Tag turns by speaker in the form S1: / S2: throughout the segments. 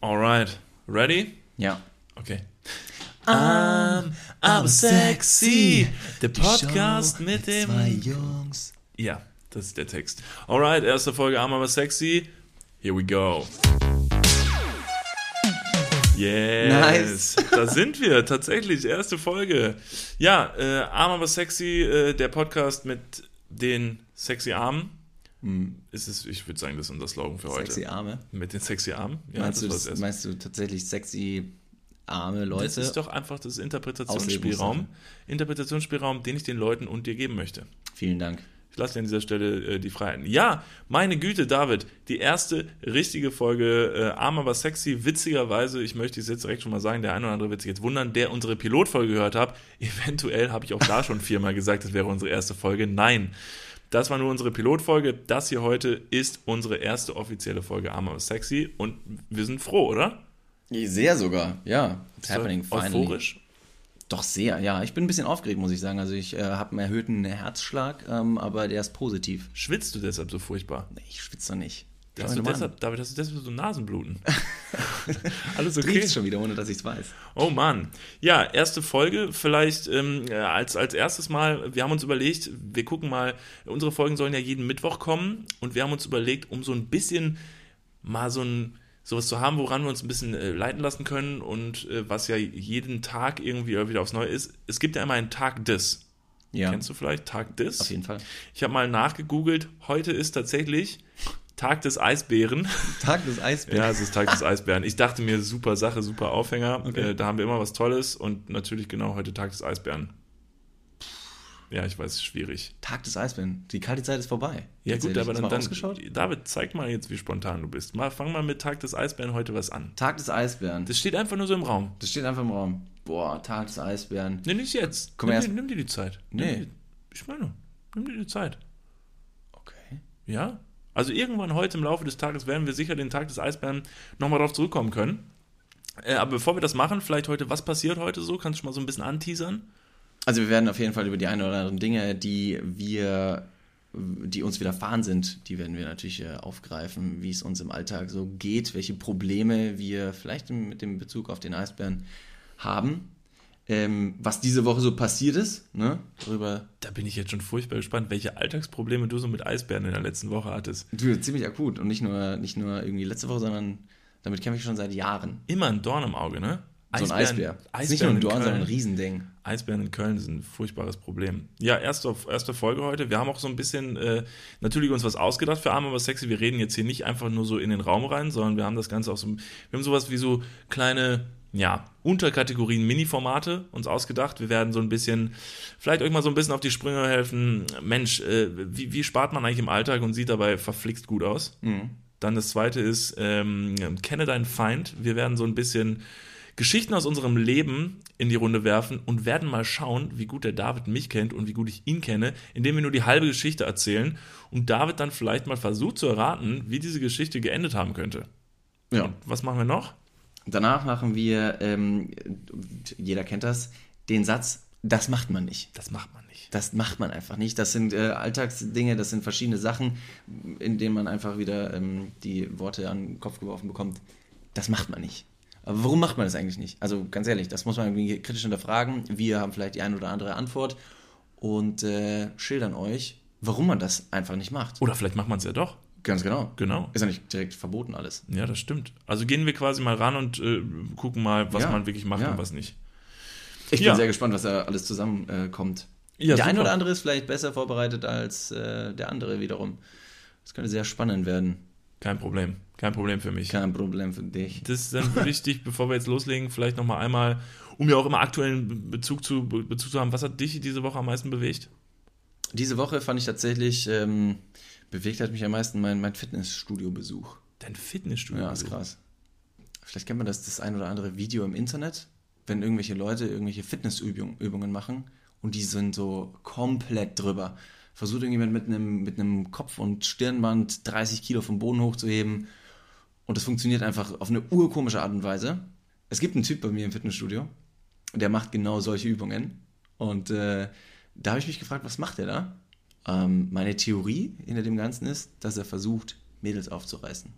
S1: Alright. Ready?
S2: Ja.
S1: Okay. Um, aber sexy. Der Podcast mit dem.
S2: Zwei Jungs.
S1: Ja, das ist der Text. Alright, erste Folge Arm aber sexy. Here we go. Yes.
S2: Nice.
S1: da sind wir tatsächlich. Erste Folge. Ja, äh, Arm aber sexy. Äh, der Podcast mit den sexy Armen. Ist es, ich würde sagen, das ist unser Slogan für heute.
S2: Hm. Sexy Arme.
S1: Mit den sexy Armen. Ja,
S2: meinst, du,
S1: war
S2: das, meinst du tatsächlich sexy arme Leute?
S1: Das ist doch einfach das Interpretationsspielraum, Interpretationsspielraum, den ich den Leuten und dir geben möchte.
S2: Vielen Dank.
S1: Ich lasse dir an dieser Stelle äh, die Freiheiten. Ja, meine Güte, David, die erste richtige Folge äh, Arm aber sexy. Witzigerweise, ich möchte es jetzt direkt schon mal sagen, der eine oder andere wird sich jetzt wundern, der unsere Pilotfolge gehört hat. Eventuell habe ich auch da schon viermal gesagt, das wäre unsere erste Folge. Nein. Das war nur unsere Pilotfolge. Das hier heute ist unsere erste offizielle Folge Arm aber sexy. Und wir sind froh, oder?
S2: Sehr sogar, ja. It's happening finally.
S1: Euphorisch.
S2: Doch sehr, ja. Ich bin ein bisschen aufgeregt, muss ich sagen. Also ich äh, habe einen erhöhten Herzschlag, ähm, aber der ist positiv.
S1: Schwitzt du deshalb so furchtbar?
S2: Nee, Ich schwitze doch nicht. Schau
S1: Hast
S2: mir
S1: du
S2: mal an.
S1: deshalb, David, hast du deshalb so Nasenbluten? Alles okay?
S2: Riecht's schon wieder, ohne dass ich es weiß.
S1: Oh Mann. Ja, erste Folge. Vielleicht ähm, ja, als, als erstes Mal, wir haben uns überlegt, wir gucken mal, unsere Folgen sollen ja jeden Mittwoch kommen und wir haben uns überlegt, um so ein bisschen mal so ein sowas zu haben, woran wir uns ein bisschen äh, leiten lassen können und äh, was ja jeden Tag irgendwie wieder aufs Neue ist. Es gibt ja immer einen Tag des.
S2: Ja,
S1: Kennst du vielleicht? Tag des?
S2: auf jeden Fall.
S1: Ich habe mal nachgegoogelt. Heute ist tatsächlich Tag des Eisbären.
S2: Tag des Eisbären.
S1: Ja, es ist Tag des Eisbären. Ich dachte mir, super Sache, super Aufhänger. Äh, da haben wir immer was Tolles und natürlich genau heute Tag des Eisbären. Ja, ich weiß, schwierig.
S2: Tag des Eisbären. Die kalte Zeit ist vorbei.
S1: Ja, gut,
S2: Tatsächlich.
S1: aber
S2: Hast du
S1: dann,
S2: mal
S1: dann
S2: ausgeschaut?
S1: David, zeig mal jetzt, wie spontan du bist. Mal, fang mal mit Tag des Eisbären heute was an.
S2: Tag des Eisbären.
S1: Das steht einfach nur so im Raum.
S2: Das steht einfach im Raum. Boah, Tag des Eisbären.
S1: Nee, nicht jetzt.
S2: Komm,
S1: nimm,
S2: erst-
S1: dir, nimm dir die Zeit.
S2: Nee.
S1: Nimm dir, ich meine, nimm dir die Zeit.
S2: Okay.
S1: Ja? Also irgendwann heute im Laufe des Tages werden wir sicher den Tag des Eisbären nochmal drauf zurückkommen können. Äh, aber bevor wir das machen, vielleicht heute, was passiert heute so? Kannst du schon mal so ein bisschen anteasern?
S2: Also wir werden auf jeden Fall über die ein oder anderen Dinge, die wir, die uns widerfahren sind, die werden wir natürlich äh, aufgreifen, wie es uns im Alltag so geht, welche Probleme wir vielleicht im- mit dem Bezug auf den Eisbären haben. Ähm, was diese Woche so passiert ist, ne? Darüber.
S1: Da bin ich jetzt schon furchtbar gespannt, welche Alltagsprobleme du so mit Eisbären in der letzten Woche hattest.
S2: Du, ziemlich akut. Und nicht nur, nicht nur irgendwie letzte Woche, sondern damit kämpfe ich schon seit Jahren.
S1: Immer ein Dorn im Auge, ne?
S2: So ein Eisbär. Ist nicht nur
S1: Eisbären
S2: ein Dorn,
S1: in
S2: sondern ein
S1: Köln.
S2: Riesending.
S1: Eisbären in Köln sind ein furchtbares Problem. Ja, erste, erste Folge heute. Wir haben auch so ein bisschen äh, natürlich uns was ausgedacht für Arm aber sexy. Wir reden jetzt hier nicht einfach nur so in den Raum rein, sondern wir haben das Ganze auch so. Wir haben sowas wie so kleine, ja, Unterkategorien, Mini-Formate uns ausgedacht. Wir werden so ein bisschen, vielleicht euch mal so ein bisschen auf die Sprünge helfen. Mensch, äh, wie, wie spart man eigentlich im Alltag und sieht dabei verflixt gut aus? Dann das zweite ist, ähm, kenne deinen Feind. Wir werden so ein bisschen Geschichten aus unserem Leben in die Runde werfen und werden mal schauen, wie gut der David mich kennt und wie gut ich ihn kenne, indem wir nur die halbe Geschichte erzählen und David dann vielleicht mal versucht zu erraten, wie diese Geschichte geendet haben könnte.
S2: Ja.
S1: Was machen wir noch?
S2: Danach machen wir, ähm, jeder kennt das, den Satz, das macht man nicht.
S1: Das macht man nicht.
S2: Das macht man einfach nicht. Das sind äh, Alltagsdinge, das sind verschiedene Sachen, in denen man einfach wieder ähm, die Worte an den Kopf geworfen bekommt. Das macht man nicht. Aber warum macht man das eigentlich nicht? Also ganz ehrlich, das muss man irgendwie kritisch hinterfragen. Wir haben vielleicht die eine oder andere Antwort und äh, schildern euch, warum man das einfach nicht macht.
S1: Oder vielleicht macht man es ja doch.
S2: Ganz genau.
S1: Genau.
S2: Ist ja nicht direkt verboten alles.
S1: Ja, das stimmt. Also gehen wir quasi mal ran und äh, gucken mal, was
S2: Ja.
S1: man wirklich macht
S2: Ja.
S1: und was nicht.
S2: Ich
S1: Ja.
S2: bin sehr gespannt, was da alles zusammenkommt. Äh, kommt.
S1: Ja,
S2: der eine
S1: super.
S2: oder andere ist vielleicht besser vorbereitet als äh, der andere wiederum. Das könnte sehr spannend werden.
S1: Kein Problem. Kein Problem für mich.
S2: Kein Problem für dich.
S1: Das ist dann wichtig, bevor wir jetzt loslegen, vielleicht nochmal einmal, um ja auch immer aktuellen Bezug zu, Bezug zu haben, was hat dich diese Woche am meisten bewegt?
S2: Diese Woche fand ich tatsächlich, ähm, bewegt hat mich am meisten mein, mein Fitnessstudio-Besuch.
S1: Dein Fitnessstudio.
S2: Ja, ist krass. Vielleicht kennt man das, das ein oder andere Video im Internet, wenn irgendwelche Leute irgendwelche Fitnessübungen Übungen machen und die sind so komplett drüber. Versucht irgendjemand mit einem, mit einem Kopf- und Stirnband 30 Kilo vom Boden hochzuheben und das funktioniert einfach auf eine urkomische Art und Weise. Es gibt einen Typ bei mir im Fitnessstudio, der macht genau solche Übungen und äh, da habe ich mich gefragt, was macht er da? Ähm, meine Theorie hinter dem Ganzen ist, dass er versucht, Mädels aufzureißen.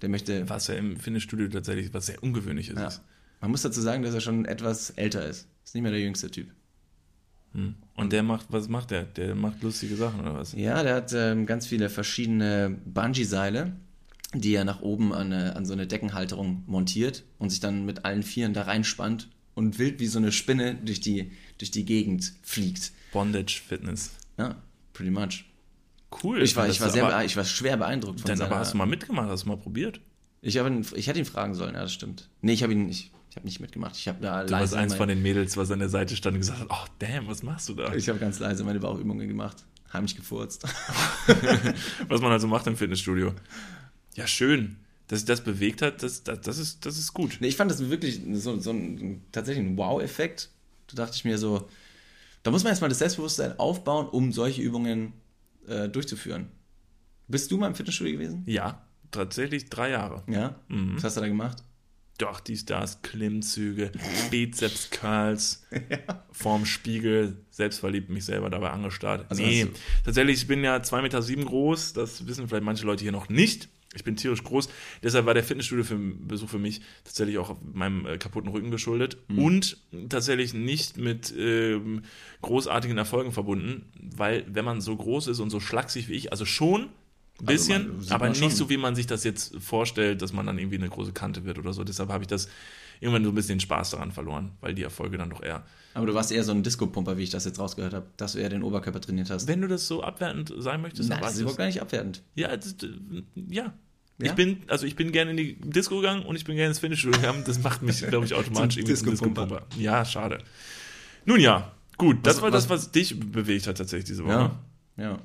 S3: Der möchte.
S1: Was ja im Fitnessstudio tatsächlich was sehr Ungewöhnliches
S3: Ja.
S1: ist.
S3: Man muss dazu sagen, dass er schon etwas älter ist. Ist nicht mehr der jüngste Typ.
S1: Hm. Und der macht, was macht der? Der macht lustige Sachen oder was?
S3: Ja, der hat ähm, ganz viele verschiedene Bungee-Seile, die er nach oben an, eine, an so eine Deckenhalterung montiert und sich dann mit allen Vieren da reinspannt und wild wie so eine Spinne durch die, durch die Gegend fliegt.
S1: Bondage Fitness.
S3: Ja, pretty much.
S1: Cool.
S3: Ich war,
S1: Das
S3: ich war,
S1: ist
S3: sehr
S1: aber,
S3: bee- ich war schwer beeindruckt von
S1: Dann
S3: seiner...
S1: aber hast du mal mitgemacht, hast du mal probiert.
S3: ich, hab ihn, ich hätte ihn fragen sollen, ja, das stimmt. Nee, ich habe ihn nicht, ich habe nicht mitgemacht. Ich habe da
S1: Du warst eins von
S3: meine,
S1: den Mädels, was an der Seite stand und gesagt hat, oh damn, was machst du da?
S3: ich habe ganz leise meine Bauchübungen gemacht. Heimlich gefurzt.
S1: Was man also macht im Fitnessstudio. Ja, schön. Dass sich das bewegt hat, das, das, das, ist, das ist gut.
S3: Nee, ich fand das wirklich so, so ein, tatsächlich ein Wow-Effekt. Da dachte ich mir so, da muss man erstmal das Selbstbewusstsein aufbauen, um solche Übungen äh, durchzuführen. Bist du mal im Fitnessstudio gewesen?
S1: Ja, tatsächlich drei Jahre.
S3: Ja.
S1: Mhm.
S3: Was hast du da gemacht?
S1: Doch, dies, das, Klimmzüge, Bizeps, Curls, vorm Spiegel, selbstverliebt mich selber dabei angestarrt.
S3: Also
S1: nee,
S3: hast du-
S1: tatsächlich, ich bin ja 2,7 Meter sieben groß, das wissen vielleicht manche Leute hier noch nicht. Ich bin tierisch groß, deshalb war der Fitnessstudio-Besuch für mich tatsächlich auch meinem äh, kaputten Rücken geschuldet
S3: Mhm.
S1: und tatsächlich nicht mit ähm, großartigen Erfolgen verbunden, weil wenn man so groß ist und so schlaksig wie ich, also schon ein bisschen,
S3: Also man- sieht
S1: aber
S3: man
S1: nicht
S3: schon.
S1: so, wie man sich das jetzt vorstellt, dass man dann irgendwie eine große Kante wird oder so. Deshalb habe ich das irgendwann so ein bisschen den Spaß daran verloren, weil die Erfolge dann doch eher.
S3: Aber du warst eher so ein Disco-Pumper, wie ich das jetzt rausgehört habe, dass du eher den Oberkörper trainiert hast.
S1: Wenn du das so abwertend sein möchtest,
S3: Nein,
S1: dann
S3: das
S1: war
S3: ist
S1: ich
S3: überhaupt
S1: das.
S3: gar nicht abwertend.
S1: Ja, das, äh, ja.
S3: Ja?
S1: Ich bin, also ich bin gerne in die Disco gegangen und ich bin gerne ins Fitnessstudio gegangen. Das macht mich, glaube ich, automatisch
S3: Zum
S1: irgendwie zum
S3: Disco-Pumper.
S1: Disco-Pumper. Ja, schade. Nun ja, gut, das
S3: Was-
S1: war das,
S3: was-
S1: was dich bewegt hat tatsächlich diese Woche.
S3: Ja. Ja.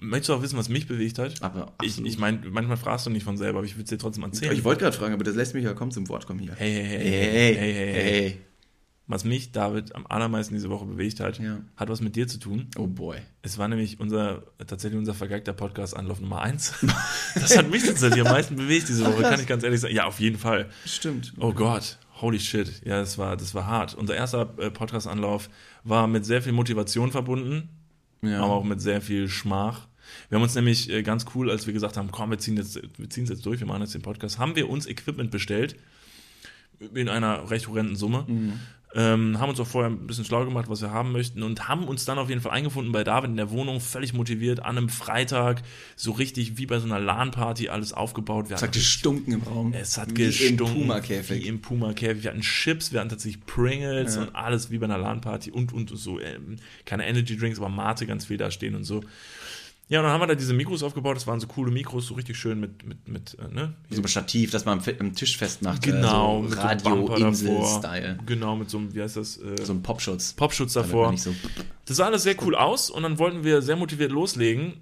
S1: Möchtest du auch wissen, was mich bewegt hat?
S3: Aber
S1: Ich, ich meine, manchmal fragst du nicht von selber, aber ich würde es dir trotzdem erzählen.
S3: wollte gerade fragen, aber das lässt mich ja kaum zum Wort kommen hier.
S1: hey, hey, hey,
S3: Hey,
S1: hey, hey, hey, hey.
S3: hey.
S1: Was mich, David, am allermeisten diese Woche bewegt hat,
S3: Ja.
S1: hat was mit dir zu tun.
S3: Oh boy.
S1: Es war nämlich unser, tatsächlich unser vergeigter Podcast Anlauf Nummer 1. Das hat mich tatsächlich am meisten bewegt diese Woche, kann ich ganz ehrlich sagen. Ja, auf jeden Fall.
S3: Stimmt.
S1: Oh Gott, holy shit. Ja, das war, das war hart. Unser erster äh, Podcast-Anlauf war mit sehr viel Motivation verbunden,
S3: Ja.
S1: aber auch mit sehr viel Schmach. Wir haben uns nämlich äh, ganz cool, als wir gesagt haben, komm, wir ziehen jetzt, wir ziehen es jetzt durch, wir machen jetzt den Podcast, haben wir uns Equipment bestellt in einer recht horrenden Summe. Ähm, haben uns auch vorher ein bisschen schlau gemacht, was wir haben möchten und haben uns dann auf jeden Fall eingefunden bei David in der Wohnung, völlig motiviert, an einem Freitag, so richtig wie bei so einer LAN-Party, alles aufgebaut. Wir
S3: es
S1: hatten
S3: hat gestunken im Raum.
S1: es hat
S3: Wie
S1: gestunken.
S3: Im Puma-Käfig.
S1: Wie im Puma-Käfig. Wir hatten Chips, wir hatten tatsächlich Pringles
S3: Ja.
S1: und alles wie bei einer LAN-Party und, und so. Ähm, keine Energy-Drinks, aber Mate ganz viel da stehen und so. Ja, und dann haben wir da diese Mikros aufgebaut. Das waren so coole Mikros, so richtig schön mit, mit, mit äh, ne?
S3: So ein Stativ, das man am Fi- am Tisch festmacht. äh,
S1: Genau,
S3: So
S1: mit so einem Bumper
S3: Radio-Insel-Style.
S1: davor. Genau, mit so einem, wie heißt das? Äh,
S3: So ein Popschutz.
S1: Popschutz
S3: damit
S1: davor.
S3: man Nicht so
S1: Das sah alles sehr cool aus und dann wollten wir sehr motiviert loslegen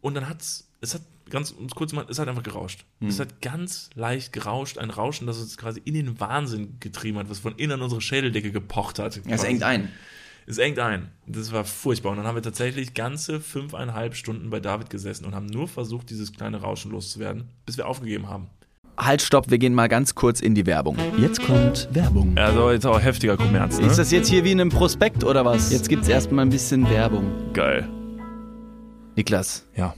S1: und dann hat's, es hat ganz um es kurz mal, es hat einfach gerauscht. Es hat ganz leicht gerauscht, ein Rauschen, das uns quasi in den Wahnsinn getrieben hat, was von innen an unsere Schädeldecke gepocht hat.
S3: ja, es engt ein.
S1: Es engt ein. Das war furchtbar. Und dann haben wir tatsächlich ganze fünfeinhalb Stunden bei David gesessen und haben nur versucht, dieses kleine Rauschen loszuwerden, bis wir aufgegeben haben.
S2: Halt, stopp, wir gehen mal ganz kurz in die Werbung.
S1: Hm?
S2: Jetzt kommt Werbung.
S1: Also jetzt auch heftiger Kommerz, ne?
S2: Ist das jetzt hier wie in einem Prospekt oder was? Jetzt gibt's erstmal ein bisschen Werbung.
S1: geil?
S2: Niklas,
S1: Ja.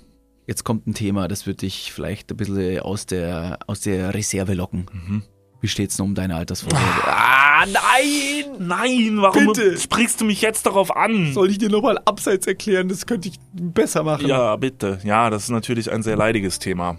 S2: jetzt kommt ein Thema, das wird dich vielleicht ein bisschen aus der, aus der Reserve locken. Wie steht's denn um deine Altersvorsorge?
S1: Mhm. Ah, nein! Nein, warum
S2: Bitte!
S1: sprichst du mich jetzt darauf an?
S2: Soll ich dir nochmal abseits erklären? Das könnte ich besser machen.
S1: Ja, bitte. Ja, das ist natürlich ein sehr leidiges Thema.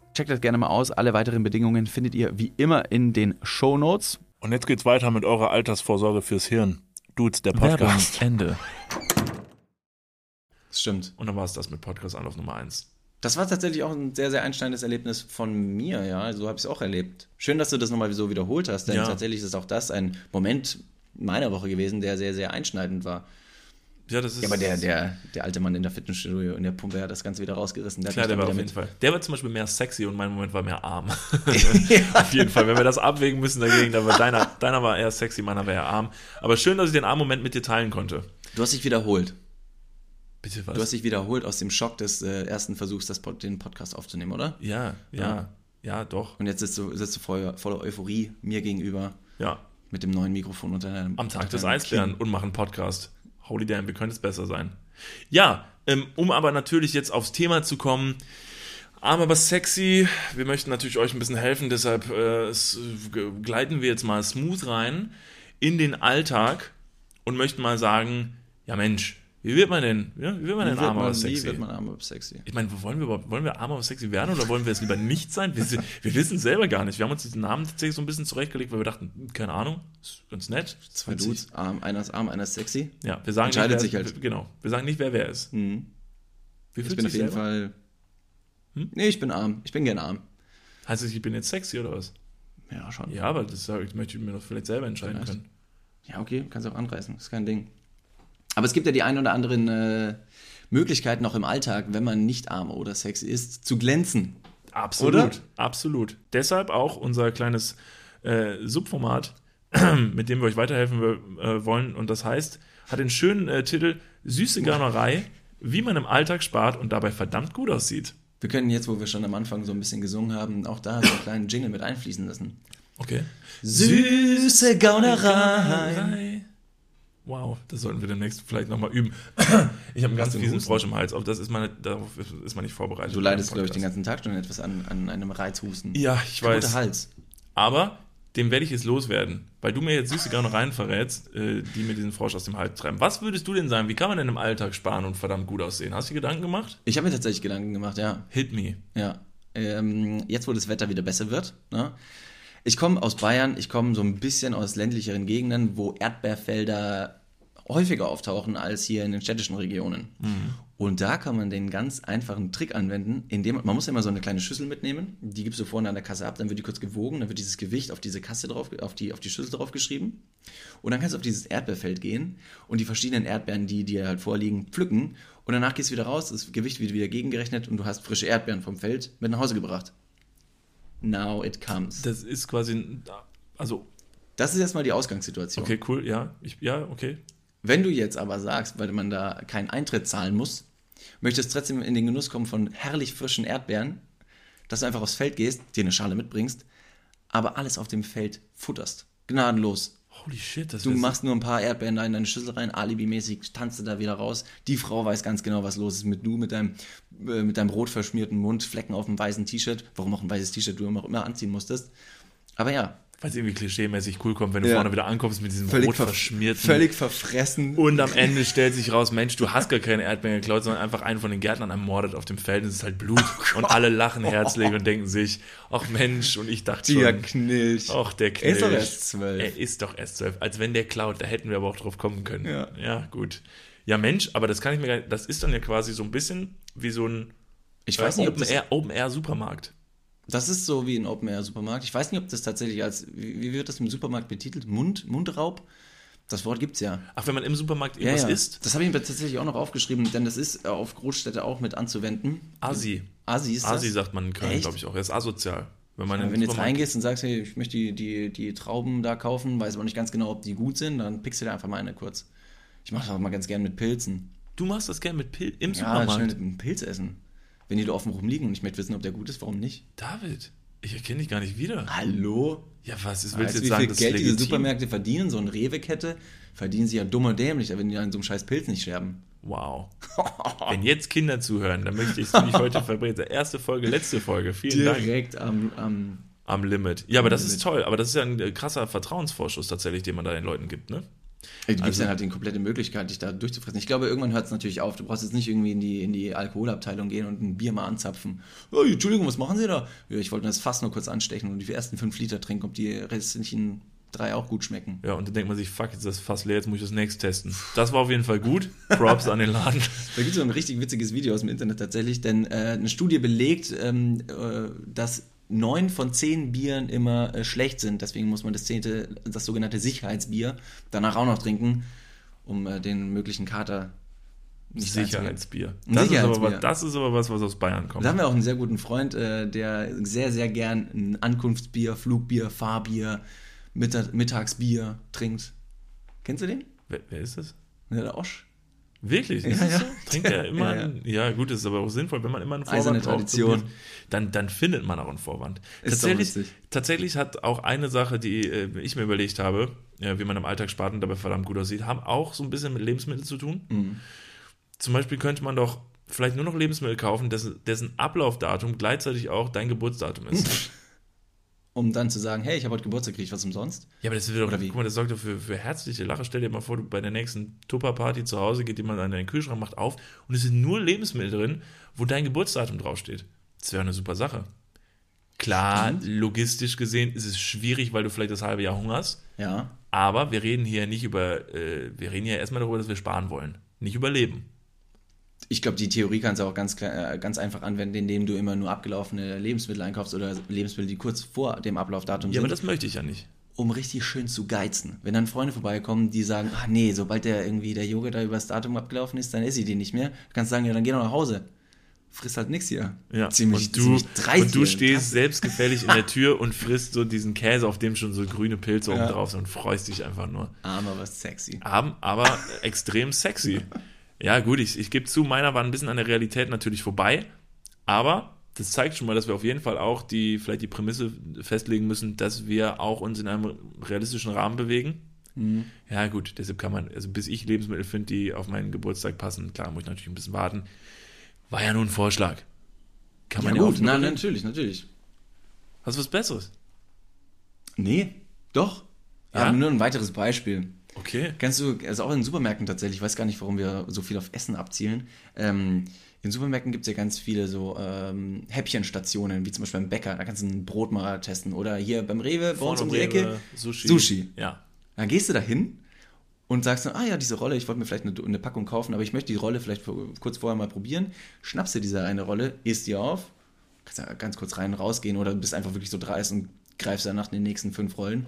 S2: Checkt das gerne mal aus. Alle weiteren Bedingungen findet ihr wie immer in den Show Notes.
S1: Und jetzt geht's weiter mit eurer Altersvorsorge fürs Hirn. Dudes, der Podcast.
S4: Podcast. Ende.
S3: Das stimmt.
S1: Und dann war es das mit Podcast-Anlauf Nummer 1.
S3: Das war tatsächlich auch ein sehr, sehr einschneidendes Erlebnis von mir, ja. Also So habe ich es auch erlebt. Schön, dass du das nochmal so wiederholt hast, denn
S1: Ja.
S3: tatsächlich ist auch das ein Moment meiner Woche gewesen, der sehr, sehr einschneidend war.
S1: Ja, das ist.
S3: Ja, aber der, der, der alte Mann in der Fitnessstudio in der Pumpe hat das Ganze wieder rausgerissen. Der
S1: Klar,
S3: hat
S1: der
S3: mich
S1: war auf
S3: dann
S1: jeden
S3: wieder
S1: Fall. Der war zum Beispiel mehr sexy und mein Moment war mehr arm. Auf jeden Fall, wenn wir das abwägen müssen dagegen, dann war deiner, deiner war eher sexy, meiner war eher arm. Aber schön, dass ich den armen Moment mit dir teilen konnte.
S3: mit- Du hast dich wiederholt.
S1: Bitte was?
S3: Du hast dich wiederholt aus dem Schock des äh, ersten Versuchs, das, Pod- den Podcast aufzunehmen, oder?
S1: ja, ja, ja, doch.
S3: Und jetzt sitzt du, sitzt du voller, voller Euphorie mir gegenüber
S1: Ja,
S3: mit dem neuen Mikrofon unter deinem.
S1: Am Tag
S3: unter
S1: des
S3: deinem
S1: Eisbären und machen Podcast. Holy damn, wir können es besser sein. Ja, ähm, um aber natürlich jetzt aufs Thema zu kommen. Arm aber sexy. Wir möchten natürlich euch ein bisschen helfen, deshalb äh, s- g- gleiten wir jetzt mal smooth rein in den Alltag und möchten mal sagen, ja Mensch, wie wird man denn, ja, wie wird man
S3: Kinn.
S1: denn
S3: Wie wird
S1: arm aber
S3: man,
S1: sexy?
S3: Wie wird man arm aber sexy?
S1: ich meine, wollen wir überhaupt, wollen wir arm aber sexy werden oder wollen wir es lieber nicht sein? Wir, sind- wir wissen es selber gar nicht. Wir haben uns diesen Namen tatsächlich so ein bisschen zurechtgelegt, weil wir dachten, hm, keine Ahnung, ist ganz nett.
S3: Zwei Dudes, arm, einer ist arm, einer ist sexy.
S1: Ja, wir sagen
S3: Entscheidet
S1: nicht,
S3: sich
S1: wer,
S3: halt.
S1: Genau, wir sagen nicht, wer wer ist.
S3: Mhm.
S1: Wie
S3: Ich
S1: fühlst
S3: bin
S1: du
S3: auf
S1: dich
S3: jeden
S1: selber? Hm?
S3: Fall. Nee, ich bin arm. Ich bin gern arm.
S1: Heißt das, ich bin jetzt sexy oder was?
S3: Ja, schon. Ja,
S1: Ja, aber das sag ich, möchte ich mir doch vielleicht selber entscheiden
S3: Vielleicht.
S1: können.
S3: okay, kannst auch anreißen. Ist kein Ding. Aber es gibt ja die ein oder anderen äh, Möglichkeiten auch im Alltag, wenn man nicht arm oder sexy ist, zu glänzen.
S1: Absolut.
S3: Oder?
S1: Absolut. Deshalb auch unser kleines äh, Subformat, mit dem wir euch weiterhelfen wir- äh, wollen. Und das heißt, hat den schönen äh, Titel Süße Garnerei, wie man im Alltag spart und dabei verdammt gut aussieht.
S3: Wir können jetzt, wo wir schon am Anfang so ein bisschen gesungen haben, auch da so einen kleinen Jingle mit einfließen lassen.
S1: Okay.
S3: Süße Gaunerei.
S1: Garnerei. Wow, das sollten wir demnächst vielleicht nochmal üben. Ich habe einen ganz
S3: du einen
S1: fiesen
S3: Husten?
S1: Frosch im Hals. Auf das ist meine, darauf ist man nicht vorbereitet.
S3: Du leidest, glaube ich,
S1: Podcast.
S3: den ganzen Tag schon etwas an, an einem Reizhusten.
S1: Ja, ich
S3: Roter
S1: weiß.
S3: Hals.
S1: Aber dem werde ich jetzt loswerden, weil du mir jetzt süße Garnereien verrätst, äh, die mir diesen Frosch aus dem Hals treiben. Was würdest du denn sagen? Wie kann man denn im Alltag sparen und verdammt gut aussehen? Hast du dir Gedanken gemacht?
S3: Ich habe mir tatsächlich Gedanken gemacht, ja.
S1: Hit me.
S3: ja. Ähm, jetzt, wo das Wetter wieder besser wird. Ne? Ich komme aus Bayern, ich komme so ein bisschen aus ländlicheren Gegenden, wo Erdbeerfelder häufiger auftauchen als hier in den städtischen Regionen. Und da kann man den ganz einfachen Trick anwenden, indem man muss ja immer so eine kleine Schüssel mitnehmen, die gibst du vorne an der Kasse ab, dann wird die kurz gewogen, dann wird dieses Gewicht auf diese Kasse drauf, auf die, auf die Schüssel draufgeschrieben. Und dann kannst du auf dieses Erdbeerfeld gehen und die verschiedenen Erdbeeren, die dir halt vorliegen, pflücken. Und danach gehst du wieder raus, das Gewicht wird wieder gegengerechnet und du hast frische Erdbeeren vom Feld mit nach Hause gebracht. Now it comes.
S1: Das ist quasi ein. Also,
S3: Das ist erstmal die Ausgangssituation.
S1: okay, cool, ja. Ich, ja, okay.
S3: Wenn du jetzt aber sagst, weil man da keinen Eintritt zahlen muss, möchtest trotzdem in den Genuss kommen von herrlich frischen Erdbeeren, dass du einfach aufs Feld gehst, dir eine Schale mitbringst, aber alles auf dem Feld futterst. Gnadenlos.
S1: Holy shit, das
S3: Du
S1: wär-
S3: machst nur ein paar Erdbeeren da in deine Schüssel rein, alibimäßig tanzt du da wieder raus. Die Frau weiß ganz genau, was los ist mit du, mit deinem, äh, mit deinem rot verschmierten Mund, Flecken auf dem weißen T-Shirt, warum auch ein weißes T-Shirt du immer, immer anziehen musstest. Aber ja,
S1: weil es irgendwie klischeemäßig cool kommt, wenn du
S3: Ja.
S1: vorne wieder ankommst mit diesem rot
S3: ver-
S1: verschmierten.
S3: völlig verfressen.
S1: Und am Ende stellt sich raus, Mensch, du hast gar keine Erdbeeren geklaut, sondern einfach einen von den Gärtnern ermordet auf dem Feld. Und es ist halt Blut.
S3: Oh
S1: und alle lachen herzlich und denken sich, ach Mensch, und ich dachte
S3: Digga,
S1: schon,
S3: Knilch.
S1: ach der
S3: Er ist doch
S1: Knilch.
S3: erst zwölf.
S1: Er ist doch erst zwölf. Als wenn der klaut, da hätten wir aber auch drauf kommen können.
S3: Ja.
S1: gut. Ja, Mensch, aber das kann ich mir gar nicht, das ist dann ja quasi so ein bisschen wie so ein
S3: Ich weiß nicht, ob äh, das,
S1: Open-Air Open Air Supermarkt.
S3: das ist so wie ein Open-Air-Supermarkt. Ich weiß nicht, ob das tatsächlich als, wie, wie wird das im Supermarkt betitelt? Mund, Mundraub? Das Wort gibt's ja.
S1: Ach, wenn man im Supermarkt irgendwas isst?
S3: Das habe ich mir tatsächlich auch noch aufgeschrieben, denn das ist äh, auf Großstädte auch mit anzuwenden.
S1: Asi.
S3: Asi ist
S1: Asi
S3: das.
S1: sagt man in Köln,
S3: Echt?
S1: glaube ich auch. Er ist asozial. Wenn man in
S3: Aber
S1: den
S3: wenn du jetzt
S1: Supermarkt-
S3: reingehst und sagst, hey, ich möchte die, die, die Trauben da kaufen, weiß aber nicht ganz genau, ob die gut sind, dann pickst du dir einfach mal eine kurz. Ich mache das auch mal ganz gern mit Pilzen.
S1: Du machst das gerne mit Pil im
S3: Ja,
S1: Supermarkt.
S3: schön einen Pilz essen. Wenn die da offen rumliegen und ich möchte wissen, ob der gut ist, warum nicht?
S1: David, ich erkenne dich gar nicht wieder.
S3: Hallo?
S1: Ja, was ist, willst
S3: Weißt
S1: du jetzt
S3: du, wie
S1: sagen,
S3: viel
S1: das
S3: Geld
S1: ist
S3: diese
S1: legitim?
S3: Supermärkte verdienen? So eine Rewe-Kette verdienen sie ja dumm und dämlich, wenn die an so einem scheiß Pilz nicht sterben.
S1: Wow. Wenn jetzt Kinder zuhören, dann möchte ich es nicht heute verbreiten. Erste Folge, letzte Folge. Vielen Dank.
S3: Direkt am, am
S1: Am Limit. Ja, aber das ist
S3: Limit.
S1: toll. Aber das ist ja ein äh, krasser Vertrauensvorschuss tatsächlich, den man da den Leuten gibt, ne?
S3: Du gibst dann halt die komplette Möglichkeit, dich da durchzufressen. Ich glaube, irgendwann hört es natürlich auf. Du brauchst jetzt nicht irgendwie in die, in die Alkoholabteilung gehen und ein Bier mal anzapfen. Oh, Entschuldigung, was machen Sie da? Ja, ich wollte das Fass nur kurz anstechen und die ersten fünf Liter trinken, ob die restlichen drei auch gut schmecken.
S1: Ja, und dann denkt man sich, fuck, jetzt ist das fast leer, jetzt muss ich das nächste testen. Das war auf jeden Fall gut. Props an den Laden.
S3: Da gibt es so ein richtig witziges Video aus dem Internet tatsächlich, denn äh, eine Studie belegt, ähm, äh, dass neun von zehn Bieren immer äh, schlecht sind. Deswegen muss man das zehnte, das sogenannte Sicherheitsbier, danach auch noch trinken, um äh, den möglichen Kater nicht einzugeben.
S1: Sicherheitsbier. Das, Ist aber,
S3: Sicherheitsbier.
S1: was- das ist aber was, was aus Bayern kommt.
S3: Da haben wir auch einen sehr guten Freund, äh, der sehr, sehr gern ein Ankunftsbier, Flugbier, Fahrbier, Mittag, Mittagsbier trinkt. Kennst du den?
S1: Wer, wer ist das?
S3: Ja, der Osch.
S1: Wirklich?
S3: Ja,
S1: Ist das
S3: ja.
S1: so? Trinkt er immer?
S3: Ja, ja.
S1: Einen, ja, gut, das ist aber auch sinnvoll, wenn man immer einen Vorwand
S3: Eiserne
S1: braucht,
S3: Tradition.
S1: so ein bisschen, Dann, dann findet man auch einen Vorwand.
S3: Ist doch
S1: tatsächlich,
S3: witzig.
S1: tatsächlich hat auch eine Sache, die äh, ich mir überlegt habe, ja, wie man im Alltag spart und dabei verdammt gut aussieht, haben auch so ein bisschen mit Lebensmitteln zu tun.
S3: Mhm.
S1: Zum Beispiel könnte man doch vielleicht nur noch Lebensmittel kaufen, dessen, dessen Ablaufdatum gleichzeitig auch dein Geburtsdatum ist.
S3: Um dann zu sagen, hey, ich habe heute Geburtstag, krieg ich was umsonst?
S1: ja, aber das wird doch,
S3: Oder wie?
S1: guck mal, das sorgt doch für, für herzliche Lache. Stell dir mal vor, du bei der nächsten Tupper-Party zu Hause geht jemand an deinen Kühlschrank, macht auf und es sind nur Lebensmittel drin, wo dein Geburtsdatum draufsteht. Das wäre eine super Sache. Klar, logistisch gesehen ist es schwierig, weil du vielleicht das halbe Jahr hungerst,
S3: Ja.
S1: aber wir reden hier nicht über, äh, wir reden ja erstmal darüber, dass wir sparen wollen, nicht überleben.
S3: Ich glaube, die Theorie kannst du auch ganz, klar, äh, ganz einfach anwenden, indem du immer nur abgelaufene Lebensmittel einkaufst oder Lebensmittel, die kurz vor dem Ablaufdatum
S1: Ja, aber
S3: sind,
S1: das möchte ich ja nicht.
S3: um richtig schön zu geizen. Wenn dann Freunde vorbeikommen, die sagen, ach nee, sobald der irgendwie der Joghurt da über das Datum abgelaufen ist, dann esse ich den nicht mehr. Du kannst sagen, ja, dann geh doch nach Hause. Friss halt nix hier.
S1: Ja.
S3: Ziemlich,
S1: und du,
S3: ziemlich dreist.
S1: und du
S3: hier.
S1: stehst selbstgefällig in der Tür und frisst so diesen Käse, auf dem schon so grüne Pilze oben drauf sind und freust dich einfach nur.
S3: Arm, aber sexy.
S1: haben, aber extrem sexy. Ja, gut, ich, ich gebe zu, meiner war ein bisschen an der Realität natürlich vorbei, aber das zeigt schon mal, dass wir auf jeden Fall auch die, vielleicht die Prämisse festlegen müssen, dass wir auch uns in einem realistischen Rahmen bewegen.
S3: Mhm.
S1: Ja, gut, deshalb kann man, also bis ich Lebensmittel finde, die auf meinen Geburtstag passen, klar, muss ich natürlich ein bisschen warten. War ja nur ein Vorschlag. Kann
S3: Ja,
S1: man
S3: gut,
S1: auch.
S3: na, natürlich, natürlich.
S1: Hast du was Besseres?
S3: Nee, doch.
S1: Ja?
S3: Ja, nur ein weiteres Beispiel.
S1: Okay.
S3: Kennst du, also auch in Supermärkten tatsächlich, ich weiß gar nicht, warum wir so viel auf Essen abzielen. Ähm, in Supermärkten gibt es ja ganz viele so ähm, Häppchenstationen, wie zum Beispiel beim Bäcker, da kannst du ein Brot mal testen. Oder hier beim Rewe, bei uns um die Ecke,
S1: Sushi.
S3: Sushi.
S1: Ja.
S3: Dann gehst du da hin und sagst dann, ah ja, diese Rolle, ich wollte mir vielleicht eine, eine Packung kaufen, aber ich möchte die Rolle vielleicht vor- kurz vorher mal probieren. Schnappst dir diese eine Rolle, isst die auf, kannst da ganz kurz rein und rausgehen oder bist einfach wirklich so dreist und greifst danach in den nächsten fünf Rollen,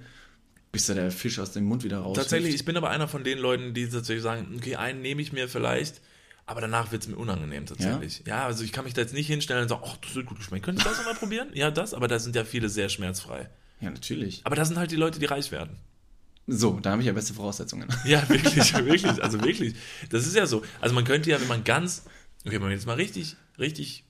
S3: bis da der Fisch aus dem Mund wieder raus.
S1: Tatsächlich, ich bin aber einer von den Leuten, die tatsächlich sagen, okay, einen nehme ich mir vielleicht, aber danach wird es mir unangenehm tatsächlich. Ja? also ich kann mich da jetzt nicht hinstellen und sagen, ach, das wird gut geschmeckt. Könntest du das nochmal probieren? Ja, das, aber da sind ja viele sehr schmerzfrei.
S3: Ja, natürlich.
S1: Aber das sind halt die Leute, die reich werden.
S3: So, da habe ich ja beste Voraussetzungen.
S1: Ja, wirklich, wirklich, also wirklich. Das ist ja so. Also man könnte ja, wenn man ganz, okay, wenn man jetzt mal richtig, richtig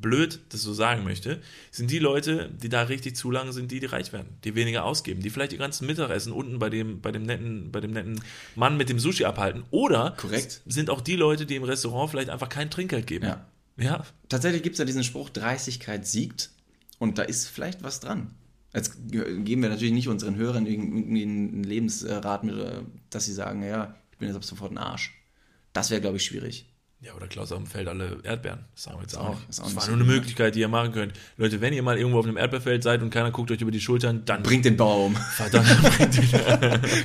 S1: blöd das so sagen möchte, sind die Leute, die da richtig zu lang sind, die, die reich werden, die weniger ausgeben, die vielleicht ihr ganzen Mittagessen unten bei dem, bei dem netten, bei dem netten Mann mit dem Sushi abhalten. Oder
S3: Korrekt.
S1: sind auch die Leute, die im Restaurant vielleicht einfach kein Trinkgeld geben.
S3: Ja.
S1: ja.
S3: Tatsächlich gibt es ja diesen Spruch, Dreistigkeit siegt. Und da ist vielleicht was dran. Jetzt ge- geben wir natürlich nicht unseren Hörern irgendwie einen Lebensrat mit, äh, dass sie sagen, ja, ich bin jetzt ab sofort ein Arsch. Das wäre, glaube ich, schwierig.
S1: Ja, oder Klaus auf dem Feld alle Erdbeeren. Das sagen wir jetzt
S3: auch
S1: auch.
S3: nicht-
S1: Das,
S3: ist auch
S1: das
S3: nicht
S1: war
S3: so
S1: nur eine
S3: gut, ne?
S1: Möglichkeit, die ihr machen könnt. Leute, wenn ihr mal irgendwo auf einem Erdbeerfeld seid und keiner guckt euch über die Schultern, dann
S3: Bringt den Baum,
S1: verdammt, bringt,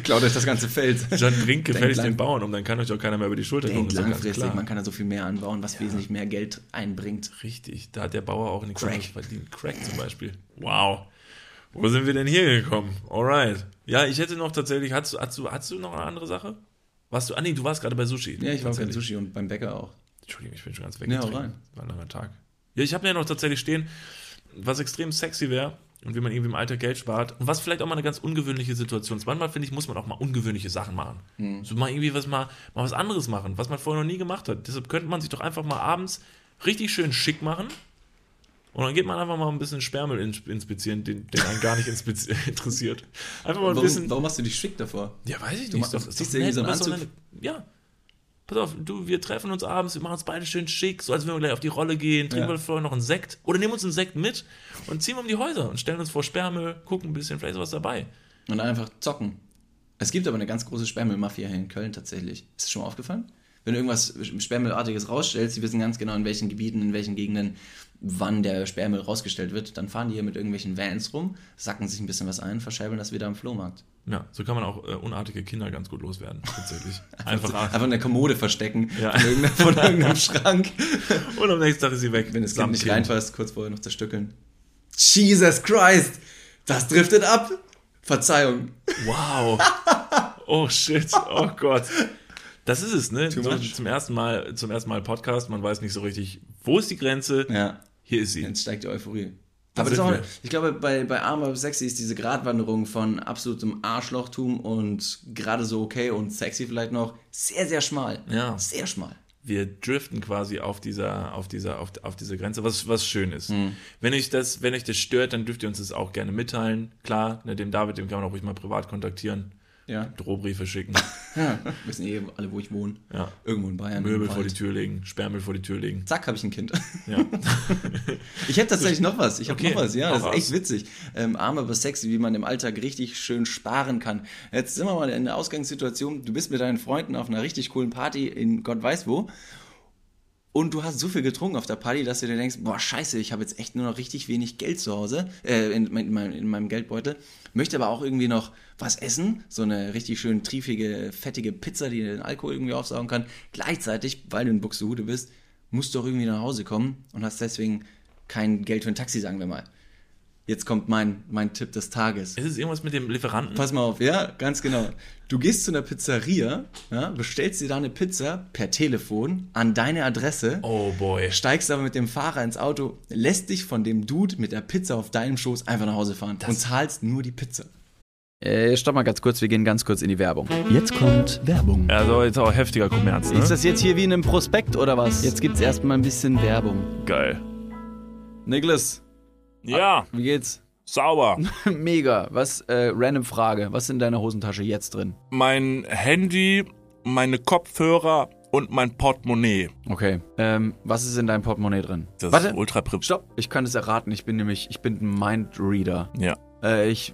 S3: klaut euch das ganze Feld.
S1: dann bringt gefälligst
S3: lang-
S1: den Bauern um, dann kann euch auch keiner mehr über die Schulter
S3: Denkt
S1: Das ist doch ganz
S3: langfristig,
S1: klar.
S3: man kann da so viel mehr anbauen, was wesentlich mehr Geld einbringt.
S1: Richtig, da hat der Bauer auch nichts
S3: Crack.
S1: anderes verdient. Crack zum Beispiel. Wow. Wo sind wir denn hier gekommen? Alright. Ja, ich hätte noch tatsächlich, hast du, hast du, hast du noch eine andere Sache? Warst du, ah nee, du warst gerade bei Sushi.
S3: Ja, ich war auch beim
S1: Tatsächlich.
S3: Sushi und beim Bäcker auch.
S1: Entschuldigung, ich bin schon ganz
S3: Ja, hau
S1: weggetrunken.
S3: rein.
S1: War ein langer Tag. Ja, ich habe mir noch tatsächlich stehen, was extrem sexy wäre und wie man irgendwie im Alter Geld spart und was vielleicht auch mal eine ganz ungewöhnliche Situation ist. Manchmal, finde ich, muss man auch mal ungewöhnliche Sachen machen. So mal irgendwie was mal, mal was anderes machen, was man vorher noch nie gemacht hat. Deshalb könnte man sich doch einfach mal abends richtig schön schick machen und dann geht man einfach mal ein bisschen Sperrmüll ins- inspizieren, den, den einen gar nicht inspiz- interessiert. Einfach mal ein bisschen...
S3: Warum, warum machst du dich schick davor?
S1: Ja, weiß ich
S3: Du
S1: nicht.
S3: machst-
S1: Doch, ist
S3: ziehst
S1: doch
S3: dir
S1: nett,
S3: irgendwie so einen
S1: aber ist doch
S3: Anzug.
S1: eine- Ja. Pass auf, du, wir treffen uns abends, wir machen uns beide schön schick, so als wenn wir gleich auf die Rolle gehen, trinken
S3: Ja.
S1: wir vorher noch einen Sekt. Oder nehmen uns einen Sekt mit und ziehen um die Häuser und stellen uns vor Sperrmüll, gucken ein bisschen, vielleicht ist was dabei.
S3: Und einfach zocken. Es gibt aber eine ganz große Sperrmüllmafia hier in Köln tatsächlich. Ist das schon mal aufgefallen? Wenn du irgendwas Sperrmüllartiges rausstellst, die wissen ganz genau, in welchen Gebieten, in welchen Gegenden, wann der Sperrmüll rausgestellt wird, dann fahren die hier mit irgendwelchen Vans rum, sacken sich ein bisschen was ein, verscheibeln das wieder am Flohmarkt.
S1: Ja, so kann man auch äh, unartige Kinder ganz gut loswerden, tatsächlich. Einfach
S3: Also Einfach in der Kommode verstecken,
S1: Ja.
S3: von, irgendeinem, von irgendeinem Schrank.
S1: Und am nächsten Tag ist sie weg.
S3: Wenn das Kind
S1: Samt
S3: nicht reinfasst, kurz vorher noch zerstückeln. Jesus Christ! Das driftet ab! Verzeihung.
S1: Wow. Oh shit. Oh Gott. Das ist es, ne? So,
S3: much.
S1: zum ersten Mal, zum ersten Mal Podcast, man weiß nicht so richtig, wo ist die Grenze?
S3: Ja.
S1: Hier ist sie.
S3: Jetzt steigt die Euphorie.
S1: Da
S3: Aber das ist
S1: sind
S3: auch,
S1: Also wir.
S3: ich glaube, bei, bei Arm aber Sexy ist diese Gratwanderung von absolutem Arschlochtum und gerade so okay und sexy vielleicht noch sehr, sehr schmal.
S1: Ja.
S3: Sehr schmal.
S1: wir driften quasi auf dieser, auf dieser, auf, auf diese Grenze, was, was schön ist. Wenn euch das, wenn euch das stört, dann dürft ihr uns das auch gerne mitteilen. Klar, ne, dem David, dem kann man auch ruhig mal privat kontaktieren,
S3: Ja.
S1: Drohbriefe schicken,
S3: Wissen eh alle, wo ich wohne.
S1: Ja.
S3: Irgendwo in Bayern.
S1: Möbel
S3: im
S1: vor die
S3: Wald.
S1: Tür legen, Sperrmüll vor die Tür legen.
S3: Zack, habe ich ein Kind.
S1: Ja.
S3: Ich hätte tatsächlich noch was. Ich habe
S1: Okay,
S3: noch was. Ja,
S1: hau
S3: das ist
S1: raus.
S3: echt witzig. Ähm, arm aber sexy, wie man im Alltag richtig schön sparen kann. Jetzt sind wir mal in der Ausgangssituation. Du bist mit deinen Freunden auf einer richtig coolen Party in Gott weiß wo. Und du hast so viel getrunken auf der Party, dass du dir denkst, boah, scheiße, ich habe jetzt echt nur noch richtig wenig Geld zu Hause, äh, in, mein, in, meinem, in meinem Geldbeutel, möchte aber auch irgendwie noch was essen, so eine richtig schön triefige, fettige Pizza, die den Alkohol irgendwie aufsaugen kann. Gleichzeitig, weil du in Buxtehude bist, musst du auch irgendwie nach Hause kommen und hast deswegen kein Geld für ein Taxi, sagen wir mal. Jetzt kommt mein, mein Tipp des Tages.
S1: Ist es irgendwas mit dem Lieferanten?
S3: Pass mal auf, ja, ganz genau. Du gehst zu einer Pizzeria, ja, bestellst dir da eine Pizza per Telefon an deine Adresse.
S1: Oh boy.
S3: Steigst aber mit dem Fahrer ins Auto, lässt dich von dem Dude mit der Pizza auf deinem Schoß einfach nach Hause fahren und zahlst nur die Pizza.
S2: Äh, stopp mal ganz kurz, wir gehen ganz kurz in die Werbung.
S4: Jetzt kommt Werbung.
S1: Also jetzt auch heftiger Kommerz, ne?
S2: Ist das jetzt hier wie in einem Prospekt oder was? Jetzt gibt's erstmal ein bisschen Werbung.
S1: geil?
S2: Niklas,
S1: Ja,
S2: wie geht's?
S1: sauber.
S2: Mega. Was, äh, random Frage. Was ist in deiner Hosentasche jetzt drin?
S1: Mein Handy, meine Kopfhörer und mein Portemonnaie.
S2: Okay. Ähm, was ist in deinem Portemonnaie drin?
S1: Das
S2: Warte,
S1: ist ultra privat.
S2: stopp. Ich kann es erraten. Ich bin nämlich, ich bin ein Mindreader.
S1: Ja.
S2: Äh, ich,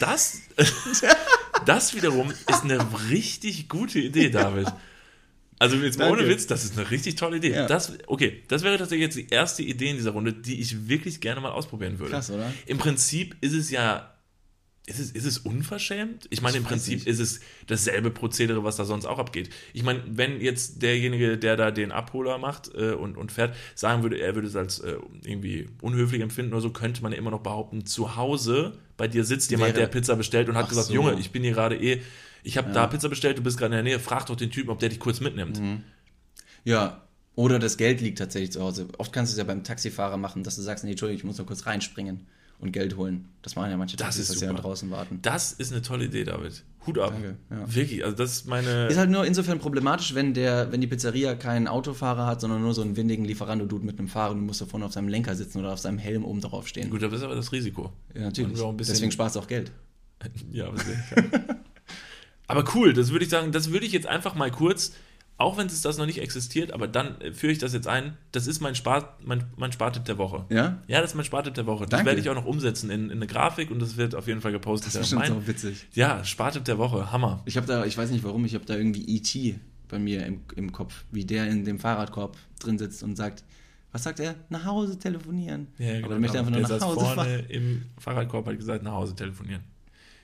S1: das, das wiederum ist eine richtig gute Idee, David. Also jetzt mal ohne
S2: Danke.
S1: Witz, das ist eine richtig tolle Idee.
S3: Ja.
S1: Das, okay, das wäre tatsächlich jetzt die erste Idee in dieser Runde, die ich wirklich gerne mal ausprobieren würde.
S3: Krass, oder?
S1: Im Prinzip ist es ja. Ist es, ist es unverschämt? Ich meine,
S3: Ich
S1: im
S3: weiß
S1: Prinzip
S3: nicht.
S1: ist es dasselbe Prozedere, was da sonst auch abgeht. Ich meine, wenn jetzt derjenige, der da den Abholer macht äh, und, und fährt, sagen würde, er würde es als äh, irgendwie unhöflich empfinden oder so, könnte man ja immer noch behaupten, zu Hause bei dir sitzt jemand,
S3: Wäre-
S1: der Pizza bestellt und hat
S3: äh, Ach
S1: gesagt,
S3: so.
S1: Junge, ich bin hier gerade eh, ich habe
S3: Ja.
S1: da Pizza bestellt, du bist gerade in der Nähe, frag doch den Typen, ob der dich kurz mitnimmt.
S3: Mhm. Ja. Oder das Geld liegt tatsächlich zu Hause. Oft kannst du es ja beim Taxifahrer machen, dass du sagst, nee, Entschuldigung, ich muss nur kurz reinspringen und Geld holen. Das machen ja manche
S1: Das
S3: Taxis,
S1: ist
S3: dass sie dann
S1: super.
S3: draußen warten.
S1: Das ist eine tolle Idee, David. Hut ab.
S3: Danke, ja.
S1: Wirklich, also das ist meine...
S3: Ist halt nur insofern problematisch, wenn der, wenn die Pizzeria keinen Autofahrer hat, sondern nur so einen windigen Lieferando-Dude mit einem Fahrer und du musst da vorne auf seinem Lenker sitzen oder auf seinem Helm oben drauf stehen.
S1: Gut, das ist aber das Risiko.
S3: Ja, natürlich.
S1: Und auch ein bisschen-
S3: Deswegen sparst du auch Geld.
S1: Ja, aber sehr. aber cool, das würde ich sagen, das würde ich jetzt einfach mal kurz, auch wenn es das noch nicht existiert, aber dann äh, führe ich das jetzt ein. Das ist mein, Spar, mein, mein Spartipp der Woche.
S3: Ja?
S1: Ja, das ist mein Spartipp der Woche. Das
S3: Danke.
S1: werde ich auch noch umsetzen in, in eine Grafik und das wird auf jeden Fall gepostet.
S3: Das ist
S1: ja,
S3: bestimmt
S1: mein-
S3: so witzig.
S1: ja, Spartipp der Woche, Hammer.
S3: Ich habe da, ich weiß nicht warum, ich habe da irgendwie E.T. bei mir im, im Kopf, wie der in dem Fahrradkorb drin sitzt und sagt, was sagt er? Nach Hause telefonieren. Aber er möchte einfach nur
S1: genau, Der
S3: nach
S1: saß
S3: Hause
S1: vorne
S3: fahren.
S1: im Fahrradkorb hat gesagt, nach Hause telefonieren.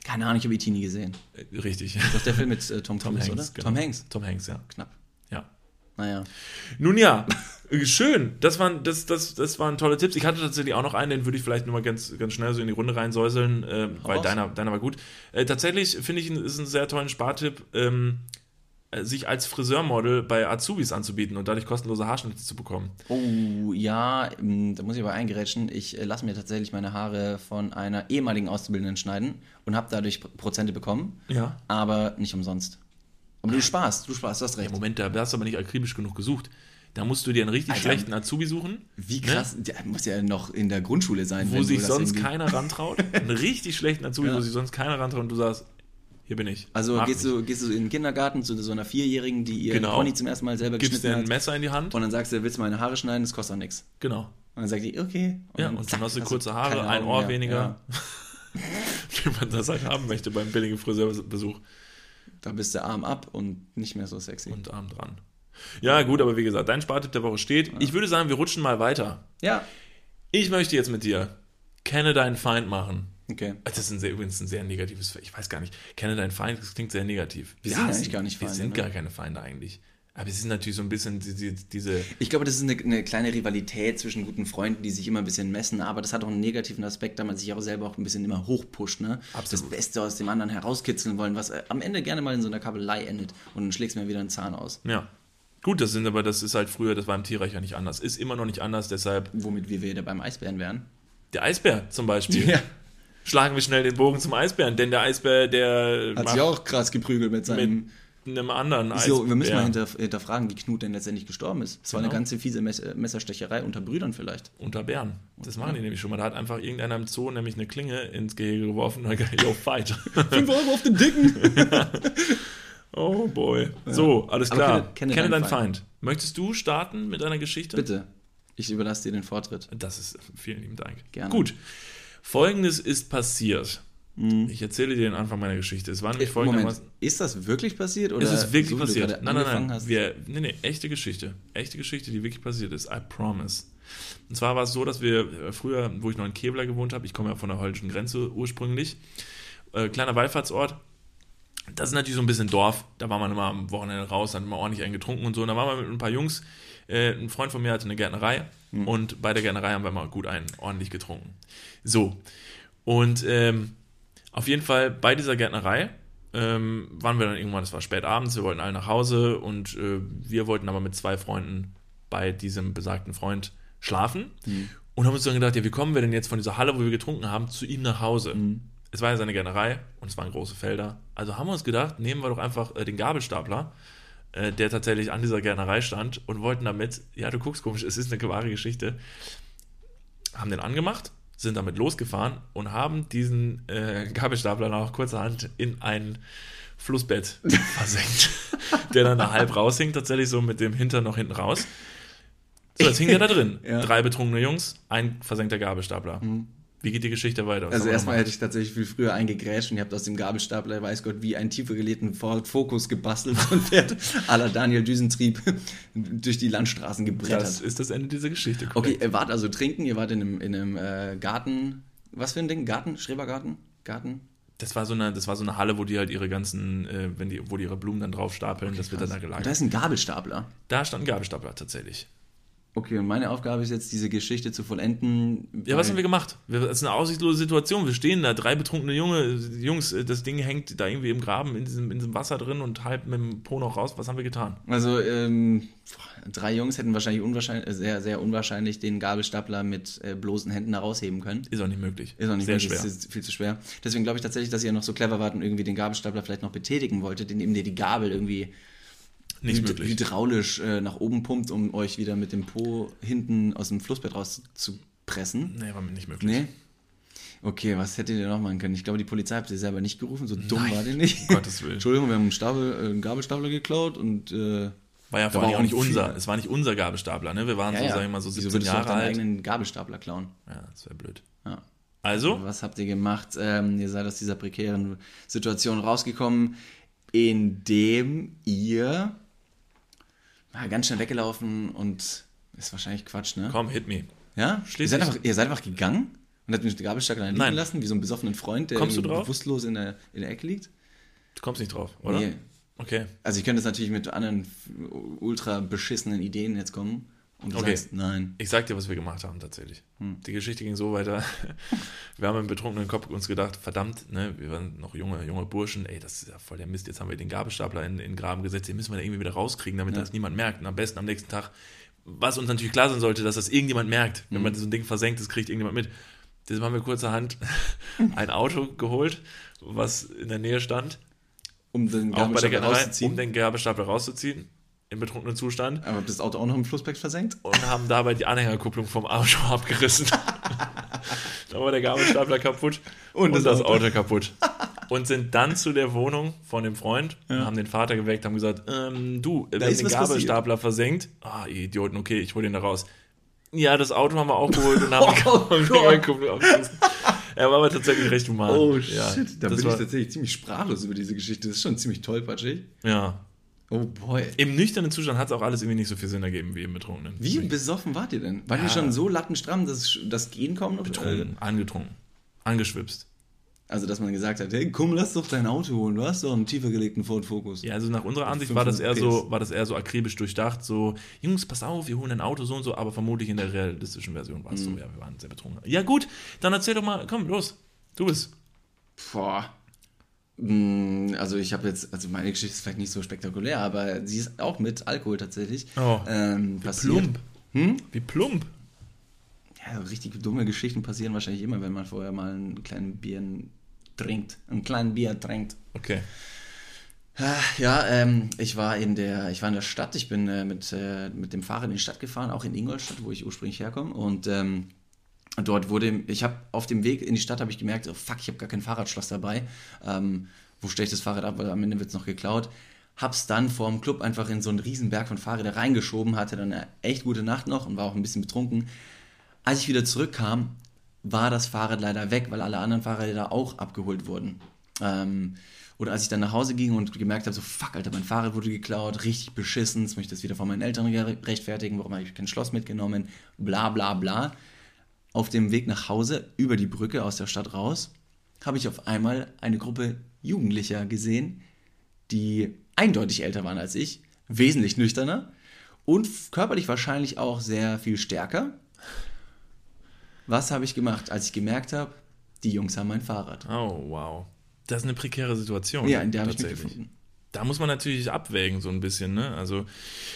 S3: Keine Ahnung, ich habe E.T. nie gesehen.
S1: Äh, Richtig.
S3: Das ist der Film mit äh, Tom, Cruise, oder?
S1: genau.
S3: Tom Hanks.
S1: Tom Hanks, ja.
S3: Knapp.
S1: Ja.
S3: Naja.
S1: Nun ja, äh, schön. Das waren, das, das, das waren tolle Tipps. Ich hatte tatsächlich auch noch einen, den würde ich vielleicht nur mal ganz, ganz schnell so in die Runde reinsäuseln, äh, weil
S3: raus.
S1: deiner, deiner war gut. Äh, tatsächlich finde ich, ihn- ist ein sehr tollen Spartipp, ähm, äh, sich als Friseurmodel bei Azubis anzubieten und dadurch kostenlose Haarschnitte zu bekommen.
S3: Oh, ja, ähm, da muss ich aber eingerätschen. Ich äh, lasse mir tatsächlich meine Haare von einer ehemaligen Auszubildenden schneiden und habe dadurch Pr- Prozente bekommen,
S1: Ja.
S3: aber nicht umsonst. Aber du sparst, du sparst, du hast
S1: Im
S3: recht.
S1: Moment, da hast du aber nicht akribisch genug gesucht. Da musst du dir einen richtig
S3: Alter.
S1: schlechten Azubi suchen.
S3: Wie krass, der muss ja noch in der Grundschule sein.
S1: Ne? Wo
S3: wenn du
S1: sich
S3: das
S1: sonst
S3: irgendwie-
S1: keiner rantraut. Einen richtig schlechten Azubi,
S3: Ja.
S1: wo sich sonst keiner rantraut und du sagst, hier bin ich.
S3: Also
S1: Mach
S3: gehst
S1: mich.
S3: du, gehst du in den Kindergarten zu so einer Vierjährigen, die ihr
S1: Genau.
S3: Pony zum ersten Mal selber
S1: gibst dir ein
S3: geschnitten hat.
S1: Messer in die Hand.
S3: Und dann sagst du, willst du meine Haare schneiden, das kostet auch nichts.
S1: Genau.
S3: Und dann sagt die, okay.
S1: Ja, und
S3: dann zack, also
S1: dann hast du kurze
S3: keine
S1: Haare, ein
S3: Augen
S1: Ohr
S3: mehr.
S1: weniger,
S3: Ja,
S1: wie man das halt haben möchte beim billigen Friseurbesuch
S3: da bist du Arm ab und nicht mehr so sexy.
S1: und Arm dran. Ja, gut, aber wie gesagt, dein Spartipp der Woche steht. Ich würde sagen, wir rutschen mal weiter.
S3: Ja,
S1: Ich möchte jetzt mit dir Kenne deinen Feind machen.
S3: okay.
S1: Das ist ein sehr, übrigens ein sehr negatives, ich weiß gar nicht, Kenne deinen Feind, das klingt sehr negativ.
S3: Wir sind eigentlich gar nicht
S1: Wir
S3: Feinde,
S1: sind
S3: ne?
S1: gar keine Feinde eigentlich. Aber es ist natürlich so ein bisschen die- die- diese,
S3: Ich glaube, das ist eine, eine kleine Rivalität zwischen guten Freunden, die sich immer ein bisschen messen, aber das hat auch einen negativen Aspekt, da man sich auch selber auch ein bisschen immer hochpusht, ne?
S1: Absolut.
S3: Das Beste aus dem anderen herauskitzeln wollen, was äh, am Ende gerne mal in so einer Kabelei endet und dann schlägst du mir wieder einen Zahn aus.
S1: ja. Gut, das sind aber, das ist halt früher, das war im Tierreich ja nicht anders. Ist immer noch nicht anders, deshalb
S3: Womit wir wieder beim Eisbären wären.
S1: der Eisbär zum Beispiel. Schlagen wir schnell den Bogen zum Eisbären, denn der Eisbär, der
S3: Hat sich auch krass geprügelt mit seinem.
S1: mit einem anderen Eisbär.
S3: so, wir müssen mal hinter, hinterfragen, wie Knut denn letztendlich gestorben ist. Es war eine
S1: Genau.
S3: ganze fiese Mess äh, Messerstecherei unter Brüdern vielleicht.
S1: unter Bären. Das machen die nämlich schon mal. Da hat einfach irgendeiner im Zoo nämlich eine Klinge ins Gehege geworfen und hat gesagt, yo, fight.
S3: 5 Euro auf den Dicken!
S1: oh boy. So, alles
S3: Aber
S1: klar.
S3: kenne- kenne
S1: Kenne
S3: deinen
S1: deinen Feind. Möchtest du starten mit einer Geschichte?
S3: Bitte, ich überlasse dir den Vortritt.
S1: Das ist, vielen lieben Dank.
S3: Gerne.
S1: Gut. Folgendes ist passiert. Ich erzähle dir den Anfang meiner Geschichte. Es war nämlich
S3: Mhm. Äh, Moment,
S1: folgendermaßen.
S3: ist das wirklich passiert? Oder
S1: Es ist wirklich
S3: so, wie du
S1: passiert.
S3: gerade
S1: Nein, nein,
S3: angefangen
S1: nein.
S3: hast?
S1: Wir, nee, nee, echte Geschichte. Echte Geschichte, die wirklich passiert ist. I promise. Und zwar war es so, dass wir äh, früher, wo ich noch in Kevlar gewohnt habe, ich komme ja von der holländischen Grenze ursprünglich, äh, kleiner Wallfahrtsort, das ist natürlich so ein bisschen Dorf. Da war man immer am Wochenende raus, hat immer ordentlich einen getrunken und so. Und da waren wir mit ein paar Jungs. Äh, ein Freund von mir hatte eine Gärtnerei
S3: Mhm.
S1: und bei der Gärtnerei haben wir mal gut einen ordentlich getrunken. So. Und ähm, auf jeden Fall bei dieser Gärtnerei ähm, waren wir dann irgendwann, es war spät abends, wir wollten alle nach Hause und äh, wir wollten aber mit zwei Freunden bei diesem besagten Freund schlafen und haben uns dann gedacht, ja, wie kommen wir denn jetzt von dieser Halle, wo wir getrunken haben, zu ihm nach Hause? Es war ja seine Gärtnerei und es waren große Felder. Also haben wir uns gedacht, nehmen wir doch einfach äh, den Gabelstapler, äh, der tatsächlich an dieser Gärtnerei stand und wollten damit, ja, du guckst komisch, es ist eine wahre Geschichte, haben den angemacht, sind damit losgefahren und haben diesen äh, Gabelstapler noch kurzerhand in ein Flussbett versenkt, der dann da halb raushing, tatsächlich so mit dem Hintern noch hinten raus. So, jetzt hing der da drin.
S3: Ja. Mhm.
S1: Drei betrunkene Jungs, ein versenkter Gabelstapler. Wie geht die Geschichte weiter? Was
S3: Also
S1: haben wir
S3: erstmal
S1: noch
S3: hätte ich tatsächlich viel früher eingegrätscht und ihr habt aus dem Gabelstapler, weiß Gott, wie einen tiefer gelegten Ford Focus gebastelt und fährt à la Daniel Düsentrieb durch die Landstraßen
S1: gemacht? das
S3: gebrettert.
S1: ist das Ende dieser Geschichte.
S3: Okay,
S1: korrekt.
S3: ihr wart also trinken, ihr wart in einem, in einem äh, Garten, was für ein Ding? Garten? Schrebergarten? Garten?
S1: Das war so eine, das war so eine Halle, wo die halt ihre ganzen, äh, wenn die, wo die ihre Blumen dann drauf stapeln, das wird dann da
S3: Und Da
S1: gelagert.
S3: ist ein Gabelstapler.
S1: Da stand ein Gabelstapler tatsächlich.
S3: Okay, und meine Aufgabe ist jetzt, diese Geschichte zu vollenden.
S1: Ja, was haben
S3: weil-
S1: wir gemacht? Wir, das ist eine aussichtslose Situation. Wir stehen da, drei betrunkene Junge, Jungs, äh, das Ding hängt da irgendwie im Graben in diesem, in diesem Wasser drin und halb mit dem Po noch raus. Was haben wir getan?
S3: Also ähm, drei Jungs hätten wahrscheinlich unwahrscheinlich, äh, sehr, sehr unwahrscheinlich den Gabelstapler mit äh, bloßen Händen herausheben können.
S1: Ist auch nicht möglich.
S3: Ist auch nicht
S1: Sehr
S3: möglich,
S1: schwer.
S3: Ist viel zu schwer. Deswegen glaube ich tatsächlich, dass ihr noch so clever wart und irgendwie den Gabelstapler vielleicht noch betätigen wolltet, indem ihr die Gabel irgendwie
S1: Nicht
S3: hyd-
S1: möglich.
S3: hydraulisch äh, nach oben pumpt, um euch wieder mit dem Po hinten aus dem Flussbett rauszupressen.
S1: Nee, war mir nicht möglich.
S3: Nee? Okay, was hättet ihr noch machen können? Ich glaube, die Polizei habt ihr selber nicht gerufen, so dumm
S1: Nein,
S3: war die nicht.
S1: um Gottes Willen.
S3: Entschuldigung, wir haben einen, Stapel, äh, einen Gabelstapler geklaut und äh,
S1: War ja
S3: Da
S1: vor
S3: war
S1: allem
S3: auch
S1: auch nicht
S3: viel-
S1: unser. Es war nicht unser Gabelstapler, ne? Wir waren so, sag ich mal, so
S3: Wieso
S1: 17
S3: würdest du auch
S1: Jahre
S3: deinen
S1: alt.
S3: eigenen Gabelstapler klauen?
S1: Ja, das wäre blöd.
S3: Ja.
S1: Also,
S3: Was habt ihr gemacht? Ähm, ihr seid aus dieser prekären Situation rausgekommen, indem ihr ah, ganz schnell weggelaufen und ist wahrscheinlich Quatsch, ne?
S1: komm, hit me.
S3: Ja? Ihr
S1: schließlich-
S3: seid, einfach, ihr seid einfach gegangen und habt mich den Gabelstapler liegen
S1: Nein.
S3: lassen, wie so einen besoffenen Freund, der
S1: Kommst du
S3: irgendwie
S1: drauf?
S3: bewusstlos in der, in der Ecke liegt.
S1: Du kommst nicht drauf, oder?
S3: Nee.
S1: Okay.
S3: Also ich könnte jetzt natürlich mit anderen f- ultra beschissenen Ideen jetzt kommen und du
S1: Okay.
S3: sagst, nein.
S1: Ich sag dir, was wir gemacht haben tatsächlich.
S3: Hm.
S1: Die Geschichte ging so weiter. Wir haben im betrunkenen Kopf uns gedacht, verdammt, ne, wir waren noch junge, junge Burschen, ey, das ist ja voll der Mist, jetzt haben wir den Gabelstapler in, in den Graben gesetzt, den müssen wir da irgendwie wieder rauskriegen, damit das niemand merkt. Und am besten am nächsten Tag, was uns natürlich klar sein sollte, dass das irgendjemand merkt.
S3: Hm.
S1: Wenn man so ein Ding versenkt, das kriegt irgendjemand mit. Deshalb haben wir kurzerhand ein Auto geholt, was in der Nähe stand,
S3: Um den
S1: auch bei der
S3: Gabelstapler
S1: Gärtnerei, um
S3: rauszuziehen.
S1: den Gabelstapler rauszuziehen, im betrunkenen Zustand
S3: Aber habt ihr das Auto auch noch im Flussbeck versenkt?
S1: und haben dabei die Anhängerkupplung vom Auto abgerissen. da war der Gabelstapler kaputt und,
S3: das
S1: das
S3: Auto.
S1: Auto kaputt. Und sind dann zu der Wohnung von dem Freund und haben den Vater geweckt, haben gesagt, ähm, du, wir haben
S3: ist
S1: den
S3: was passiert.
S1: Gabelstapler versenkt. Ah, ihr Idioten, okay, ich hole den da raus. Ja, das Auto haben wir auch geholt und haben
S3: Oh
S1: die
S3: Gott.
S1: Anhängerkupplung abgerissen. Er war aber tatsächlich recht human. ja,
S3: Oh, da
S1: das
S3: bin ich
S1: war,
S3: tatsächlich ziemlich sprachlos über diese Geschichte. Das ist schon ziemlich tollpatschig.
S1: ja.
S3: Oh boy.
S1: Im nüchternen Zustand hat es auch alles irgendwie nicht so viel Sinn ergeben wie im Betrunkenen.
S3: Wie besoffen wart ihr denn? Wart ihr schon so lattenstramm, dass das Gehen kaum noch? Äh,
S1: Betrunken, angetrunken, angeschwipst.
S3: Also, dass man gesagt hat, hey, komm, lass doch dein Auto holen. Du hast doch einen tiefer gelegten Ford Focus.
S1: Ja, also nach unserer Ansicht war
S3: 500
S1: das eher
S3: PS.
S1: so, war das eher so akribisch durchdacht, so, Jungs, pass auf, wir holen ein Auto so und so, aber vermutlich in der realistischen Version war es
S3: Mhm.
S1: so, ja, wir waren sehr betrunken. Ja, gut, dann erzähl doch mal, komm, los. Du bist.
S3: Boah. Hm, Also ich habe jetzt, also meine Geschichte ist vielleicht nicht so spektakulär, aber sie ist auch mit Alkohol tatsächlich
S1: Oh.
S3: ähm, passiert. Hm?
S1: Plump. Wie plump.
S3: Ja, so richtig dumme Geschichten passieren wahrscheinlich immer, wenn man vorher mal einen kleinen Bier trinkt, einen kleinen Bier trinkt.
S1: Okay.
S3: Ah, Ja, ähm, ich war in der, ich war in der Stadt. Ich bin äh, mit, äh, mit dem Fahrrad in die Stadt gefahren, auch in Ingolstadt, wo ich ursprünglich herkomme. Und ähm, dort wurde, ich habe auf dem Weg in die Stadt habe ich gemerkt, oh fuck, ich habe gar kein Fahrradschloss dabei. Ähm, wo stelle ich das Fahrrad ab? Weil am Ende wird es noch geklaut. Hab's dann vorm Club einfach in so einen Riesenberg von Fahrrädern reingeschoben, hatte dann eine echt gute Nacht noch und war auch ein bisschen betrunken. Als ich wieder zurückkam, war das Fahrrad leider weg, weil alle anderen Fahrräder auch abgeholt wurden. Ähm, oder als ich dann nach Hause ging und gemerkt habe, so fuck, Alter, mein Fahrrad wurde geklaut, richtig beschissen, jetzt möchte ich das wieder von meinen Eltern re- rechtfertigen, warum habe ich kein Schloss mitgenommen, bla bla bla. Auf dem Weg nach Hause, über die Brücke aus der Stadt raus, habe ich auf einmal eine Gruppe Jugendlicher gesehen, die eindeutig älter waren als ich, wesentlich nüchterner und f- körperlich wahrscheinlich auch sehr viel stärker. Was habe ich gemacht, als ich gemerkt habe, die Jungs haben mein Fahrrad?
S1: Oh, wow. Das ist eine prekäre Situation.
S3: Ja, in der habe ich mich
S1: tatsächlich.
S3: gefunden.
S1: da muss man natürlich abwägen, so ein bisschen, ne? Also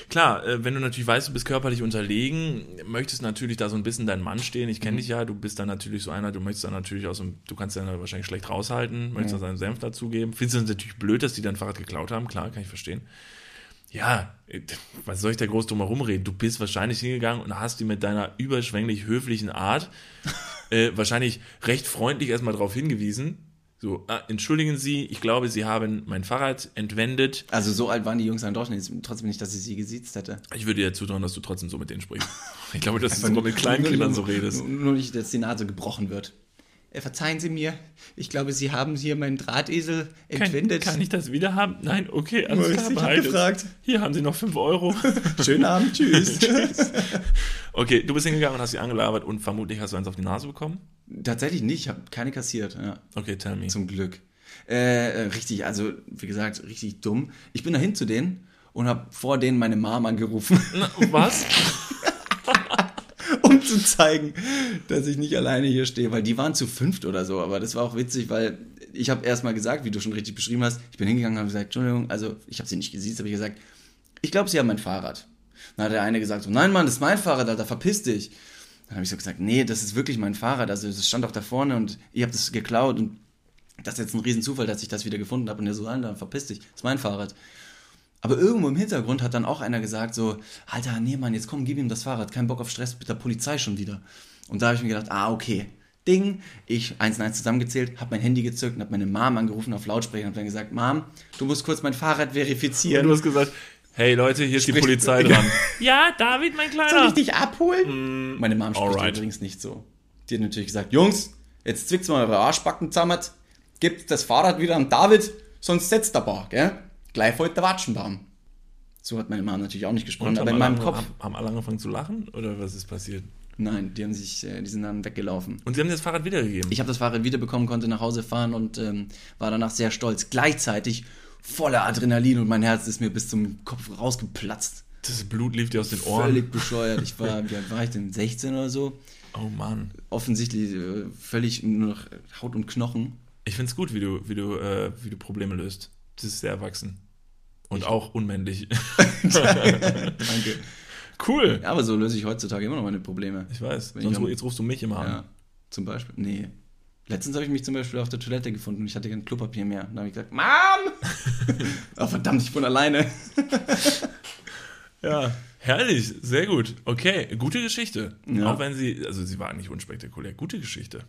S1: klar, äh, wenn du natürlich weißt, du bist körperlich unterlegen, möchtest natürlich da so ein bisschen dein Mann stehen. Ich kenne
S3: Mhm.
S1: dich ja, du bist dann natürlich so einer, du möchtest dann natürlich aus dem, du kannst dann wahrscheinlich schlecht raushalten, möchtest dann seinen Senf dazugeben. Findest du das natürlich blöd, dass die dein Fahrrad geklaut haben, klar, kann ich verstehen. Ja, äh, was soll ich da groß drum herum reden? Du bist wahrscheinlich hingegangen und hast die mit deiner überschwänglich höflichen Art äh, wahrscheinlich recht freundlich erstmal darauf hingewiesen. So, ah, entschuldigen Sie, ich glaube, Sie haben mein Fahrrad entwendet.
S3: Also so alt waren die Jungs dann doch nicht, trotzdem nicht, dass ich sie gesiezt hätte.
S1: Ich würde dir zutrauen, dass du trotzdem so mit denen sprichst. Ich glaube, dass du sogar mit Kleinkindern so redest.
S3: Nur, nur nicht, dass die Nase gebrochen wird. Äh, Verzeihen Sie mir, ich glaube, Sie haben hier meinen Drahtesel entwendet.
S1: ich das wieder haben? Nein, okay, alles
S3: Nur ich- ich hab
S1: behalt es.
S3: gefragt.
S1: Hier haben sie noch 5 Euro.
S3: Schönen Abend, tschüss.
S1: okay, du bist hingegangen und hast sie angelabert und vermutlich hast du eins auf die Nase bekommen.
S3: Tatsächlich nicht, ich habe keine kassiert. Ja.
S1: Okay, tell me.
S3: Zum Glück. Äh, äh, richtig, also wie gesagt, richtig dumm. Ich bin dahin zu denen und habe vor denen meine Mom angerufen,
S1: Na, was?
S3: um zu zeigen, dass ich nicht alleine hier stehe, weil die waren zu fünft oder so. Aber das war auch witzig, weil ich habe erstmal gesagt, wie du schon richtig beschrieben hast, ich bin hingegangen und habe gesagt, Entschuldigung, also ich habe sie nicht gesehen, habe ich gesagt, ich glaube, sie haben mein Fahrrad. Dann hat der eine gesagt, so, nein Mann, das ist mein Fahrrad, Alter, verpiss dich. Dann habe ich so gesagt, nee, das ist wirklich mein Fahrrad, also es stand auch da vorne und ihr habt es geklaut und das ist jetzt ein Riesenzufall, dass ich das wieder gefunden habe. Und der so, Alter, verpiss dich, das ist mein Fahrrad. Aber irgendwo im Hintergrund hat dann auch einer gesagt so, Alter, nee, Mann, jetzt komm, gib ihm das Fahrrad, kein Bock auf Stress mit der Polizei schon wieder. Und da habe ich mir gedacht, ah, okay, Ding, ich eins und eins zusammengezählt, habe mein Handy gezückt und habe meine Mom angerufen auf Lautsprecher und habe dann gesagt, Mom, du musst kurz mein Fahrrad verifizieren.
S1: Du hast gesagt, hey Leute, hier ist die
S3: Sprich-
S1: Polizei dran. ja, David, mein
S3: Soll ich
S1: Kleiner.
S3: dich abholen? Meine Mom spricht
S1: "Ah." Mm, alright.
S3: übrigens nicht so. Die hat natürlich gesagt, Jungs, jetzt zwickt mal eure Arschbacken zusammen, gebt das Fahrrad wieder an David, sonst setzt er paar, gell? Gleich heute der Watschenbaum. So hat meine Mom natürlich auch nicht gesprochen,
S1: Und
S3: aber
S1: haben
S3: in
S1: alle
S3: meinem
S1: ange-
S3: Kopf.
S1: Haben, haben alle angefangen zu lachen oder was ist passiert?
S3: Nein, die haben sich, äh, die sind dann weggelaufen.
S1: Und sie haben dir das Fahrrad wiedergegeben.
S3: Ich habe das Fahrrad wiederbekommen, konnte nach Hause fahren und ähm, war danach sehr stolz. Gleichzeitig voller Adrenalin und mein Herz ist mir bis zum Kopf rausgeplatzt.
S1: das Blut lief dir aus den Ohren.
S3: Völlig bescheuert. Ich war, wie alt war ich denn? 16 oder so?
S1: Oh Mann.
S3: offensichtlich äh, völlig nur noch Haut und Knochen.
S1: Ich finde es gut, wie du, wie, du, äh, wie du Probleme löst. Das ist sehr erwachsen. Und auch unmännlich.
S3: Danke.
S1: cool.
S3: Ja, aber so löse ich heutzutage immer noch meine Probleme.
S1: Ich weiß.
S3: Wenn ich
S1: Sonst,
S3: am-
S1: jetzt rufst du mich immer an.
S3: Ja, zum Beispiel. Nee. Letztens habe ich mich zum Beispiel auf der Toilette gefunden und ich hatte kein Klopapier mehr. Dann habe ich gesagt, Mom! oh, verdammt, ich bin alleine.
S1: Ja. Herrlich, sehr gut. Okay, gute Geschichte.
S3: Ja.
S1: Auch wenn sie, also sie war nicht unspektakulär. Gute Geschichte.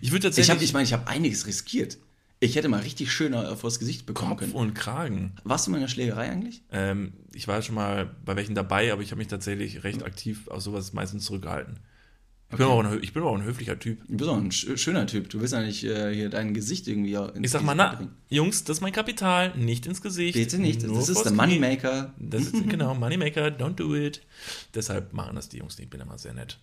S1: Ich würde
S3: Ich
S1: tatsächlich
S3: meine, ich, mein, ich habe einiges riskiert. Ich hätte mal richtig schön äh, vors Gesicht bekommen
S1: Kopf
S3: können.
S1: und Kragen.
S3: Warst du mal in der Schlägerei eigentlich?
S1: Ähm, ich war schon mal bei welchen dabei, aber ich habe mich tatsächlich recht aktiv aus sowas meistens zurückgehalten. Ich, bin,
S3: Okay.
S1: aber auch ein, ich bin aber auch ein höflicher Typ.
S3: Du bist auch ein sch schöner Typ. Du willst ja nicht äh, hier dein Gesicht irgendwie ins
S1: Ich sag mal,
S3: Gesicht
S1: na,
S3: bringen.
S1: Jungs, das ist mein Kapital, nicht ins Gesicht.
S3: Bitte nicht.
S1: nur
S3: Das ist
S1: vors
S3: der
S1: Knie.
S3: Moneymaker.
S1: Das ist genau, Moneymaker, don't do it. Deshalb machen das die Jungs nicht, bin immer sehr nett.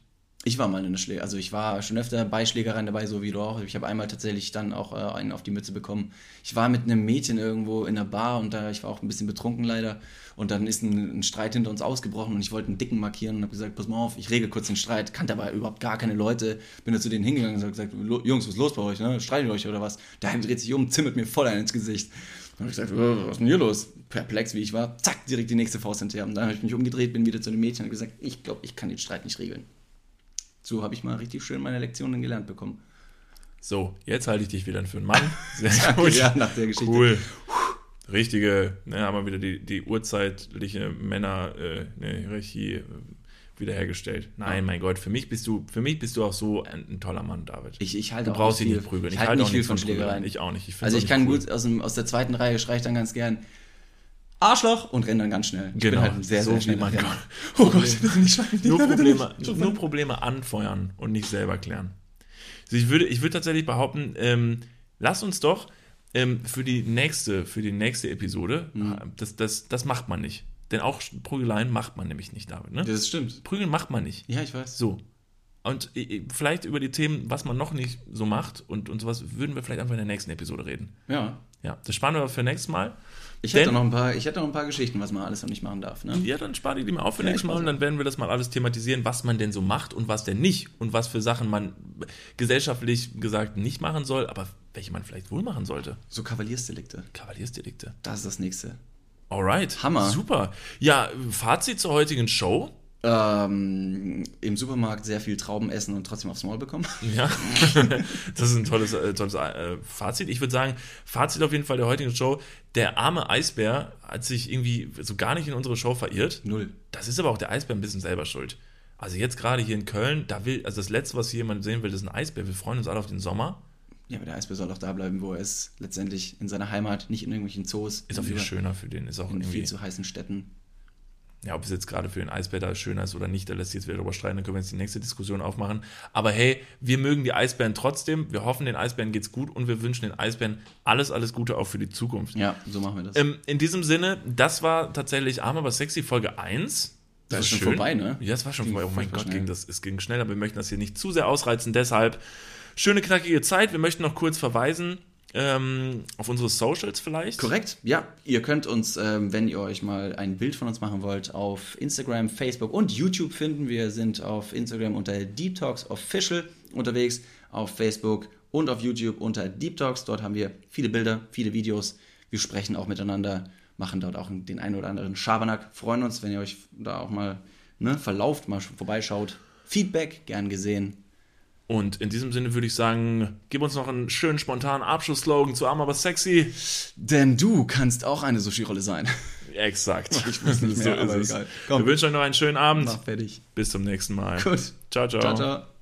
S3: Ich war mal in der Schläge, also ich war schon öfter bei Schlägereien dabei, so wie du auch. Ich habe einmal tatsächlich dann auch äh, einen auf die Mütze bekommen. Ich war mit einem Mädchen irgendwo in einer Bar und da ich war auch ein bisschen betrunken leider und dann ist ein, ein Streit hinter uns ausgebrochen und ich wollte einen Dicken markieren und habe gesagt, pass mal auf, ich regel kurz den Streit, kannte aber überhaupt gar keine Leute, bin da zu denen hingegangen und habe gesagt, "Lo- Jungs, was ist los bei euch, ne? streitet ihr euch oder was? Der eine dreht sich um, zimmert mir voll einen ins Gesicht. Dann habe ich gesagt, "Äh, was ist denn hier los? Perplex, wie ich war, zack, direkt die nächste Faust hinterher. Und dann habe ich mich umgedreht, bin wieder zu dem Mädchen und hab gesagt, ich glaube, ich kann den Streit nicht regeln. So habe ich mal richtig schön meine Lektionen gelernt bekommen.
S1: So, jetzt halte ich dich wieder für einen Mann. Sehr gut.
S3: Ja, nach der Geschichte.
S1: Cool. Richtige, ne, haben wir wieder die, die urzeitliche Männer-Hierarchie äh, ne, Hierarchie, äh, wiederhergestellt. Nein, mein Gott, für mich bist du, für mich bist du auch so ein, ein toller Mann, David.
S3: Ich, ich halte
S1: du
S3: auch
S1: brauchst dich
S3: viel-
S1: nicht prügeln.
S3: Ich, halte nicht
S1: auch
S3: viel
S1: nichts
S3: von
S1: Prügeln.
S3: Schlägereien.
S1: Ich auch nicht. find's auch
S3: also ich
S1: nicht
S3: kann
S1: cool.
S3: gut aus, dem, aus der zweiten Reihe schreie ich dann ganz gern Arschloch und renne dann ganz schnell. Ich
S1: Genau,
S3: bin halt ein sehr,
S1: so
S3: sehr
S1: wie
S3: schneller
S1: man
S3: Renner.
S1: kann.
S3: Oh Gott, bitte nicht schreien.
S1: nur
S3: bitte nicht.
S1: Probleme, nur Probleme anfeuern und nicht selber klären. Also ich würde, ich würde tatsächlich behaupten, ähm, lass uns doch ähm, für die nächste, für die nächste Episode, äh, das, das, das macht man nicht. Denn auch Prügeleien macht man nämlich nicht, David. Ne?
S3: Das stimmt.
S1: Prügeln macht man nicht.
S3: Ja, ich weiß.
S1: So. Und äh, vielleicht über die Themen, was man noch nicht so macht und, und sowas, würden wir vielleicht einfach in der nächsten Episode reden.
S3: Ja.
S1: Ja, das sparen wir aber für nächstes Mal.
S3: Ich hätte,
S1: Denn-
S3: noch ein paar, ich hätte noch ein paar Geschichten, was man alles noch nicht machen darf. Ne?
S1: Ja, dann spare ich die mal auf für
S3: Ja,
S1: nächstes
S3: ich
S1: Mal
S3: weiß
S1: und dann werden wir das mal alles thematisieren, was man denn so macht und was denn nicht und was für Sachen man gesellschaftlich gesagt nicht machen soll, aber welche man vielleicht wohl machen sollte.
S3: So Kavaliersdelikte.
S1: Kavaliersdelikte.
S3: Das ist das nächste.
S1: Alright.
S3: Hammer.
S1: Super. Ja, Fazit zur heutigen Show.
S3: Ähm, Im Supermarkt sehr viel Trauben essen und trotzdem aufs Maul bekommen.
S1: Ja, das ist ein tolles, äh, tolles äh, Fazit. Ich würde sagen, Fazit auf jeden Fall der heutigen Show. Der arme Eisbär hat sich irgendwie so gar nicht in unsere Show verirrt.
S3: Null.
S1: Das ist aber auch der Eisbär ein bisschen selber schuld. Also jetzt gerade hier in Köln, da will, also das Letzte, was hier jemand sehen will, ist ein Eisbär. Wir freuen uns alle auf den Sommer.
S3: Ja, aber der Eisbär soll auch da bleiben, wo er ist. Letztendlich in seiner Heimat, nicht in irgendwelchen Zoos.
S1: Ist auch viel
S3: Über-
S1: schöner für den. Ist auch
S3: In viel
S1: irgendwie,
S3: zu heißen Städten.
S1: ja, ob es jetzt gerade für den Eisbär da schöner ist oder nicht, da lässt sich jetzt wieder drüber streiten, dann können wir jetzt die nächste Diskussion aufmachen. Aber hey, wir mögen die Eisbären trotzdem. Wir hoffen, den Eisbären geht's gut und wir wünschen den Eisbären alles, alles Gute auch für die Zukunft.
S3: Ja, so machen wir das.
S1: Ähm, in diesem Sinne, das war tatsächlich Arm aber sexy Folge 1.
S3: Das
S1: war
S3: ist schon
S1: schön.
S3: vorbei, ne?
S1: Ja, das war schon
S3: Ging
S1: vorbei. Oh mein
S3: furchtbar
S1: Gott,
S3: schnell.
S1: ging das, es ging schnell, aber wir möchten das hier nicht zu sehr ausreizen. Deshalb schöne, knackige Zeit. Wir möchten noch kurz verweisen ähm, auf unsere Socials vielleicht.
S3: Korrekt, ja. Ihr könnt uns, ähm, wenn ihr euch mal ein Bild von uns machen wollt, auf Instagram, Facebook und YouTube finden. Wir sind auf Instagram unter Deep Talks Official unterwegs, auf Facebook und auf YouTube unter Deep Talks. Dort haben wir viele Bilder, viele Videos. Wir sprechen auch miteinander, machen dort auch den einen oder anderen Schabernack. Freuen uns, wenn ihr euch da auch mal ne, verlauft, mal vorbeischaut. Feedback gern gesehen.
S1: Und in diesem Sinne würde ich sagen, gib uns noch einen schönen spontanen Abschlussslogan zu Arm aber sexy.
S3: Denn du kannst auch eine Sushi-Rolle sein.
S1: Exakt.
S3: Ich weiß nicht mehr,
S1: so
S3: aber
S1: ist es.
S3: egal.
S1: Wir
S3: Komm.
S1: wünschen euch noch einen schönen Abend.
S3: Mach fertig.
S1: Bis zum nächsten Mal.
S3: Gut.
S1: Ciao, ciao.
S3: Ciao, ciao.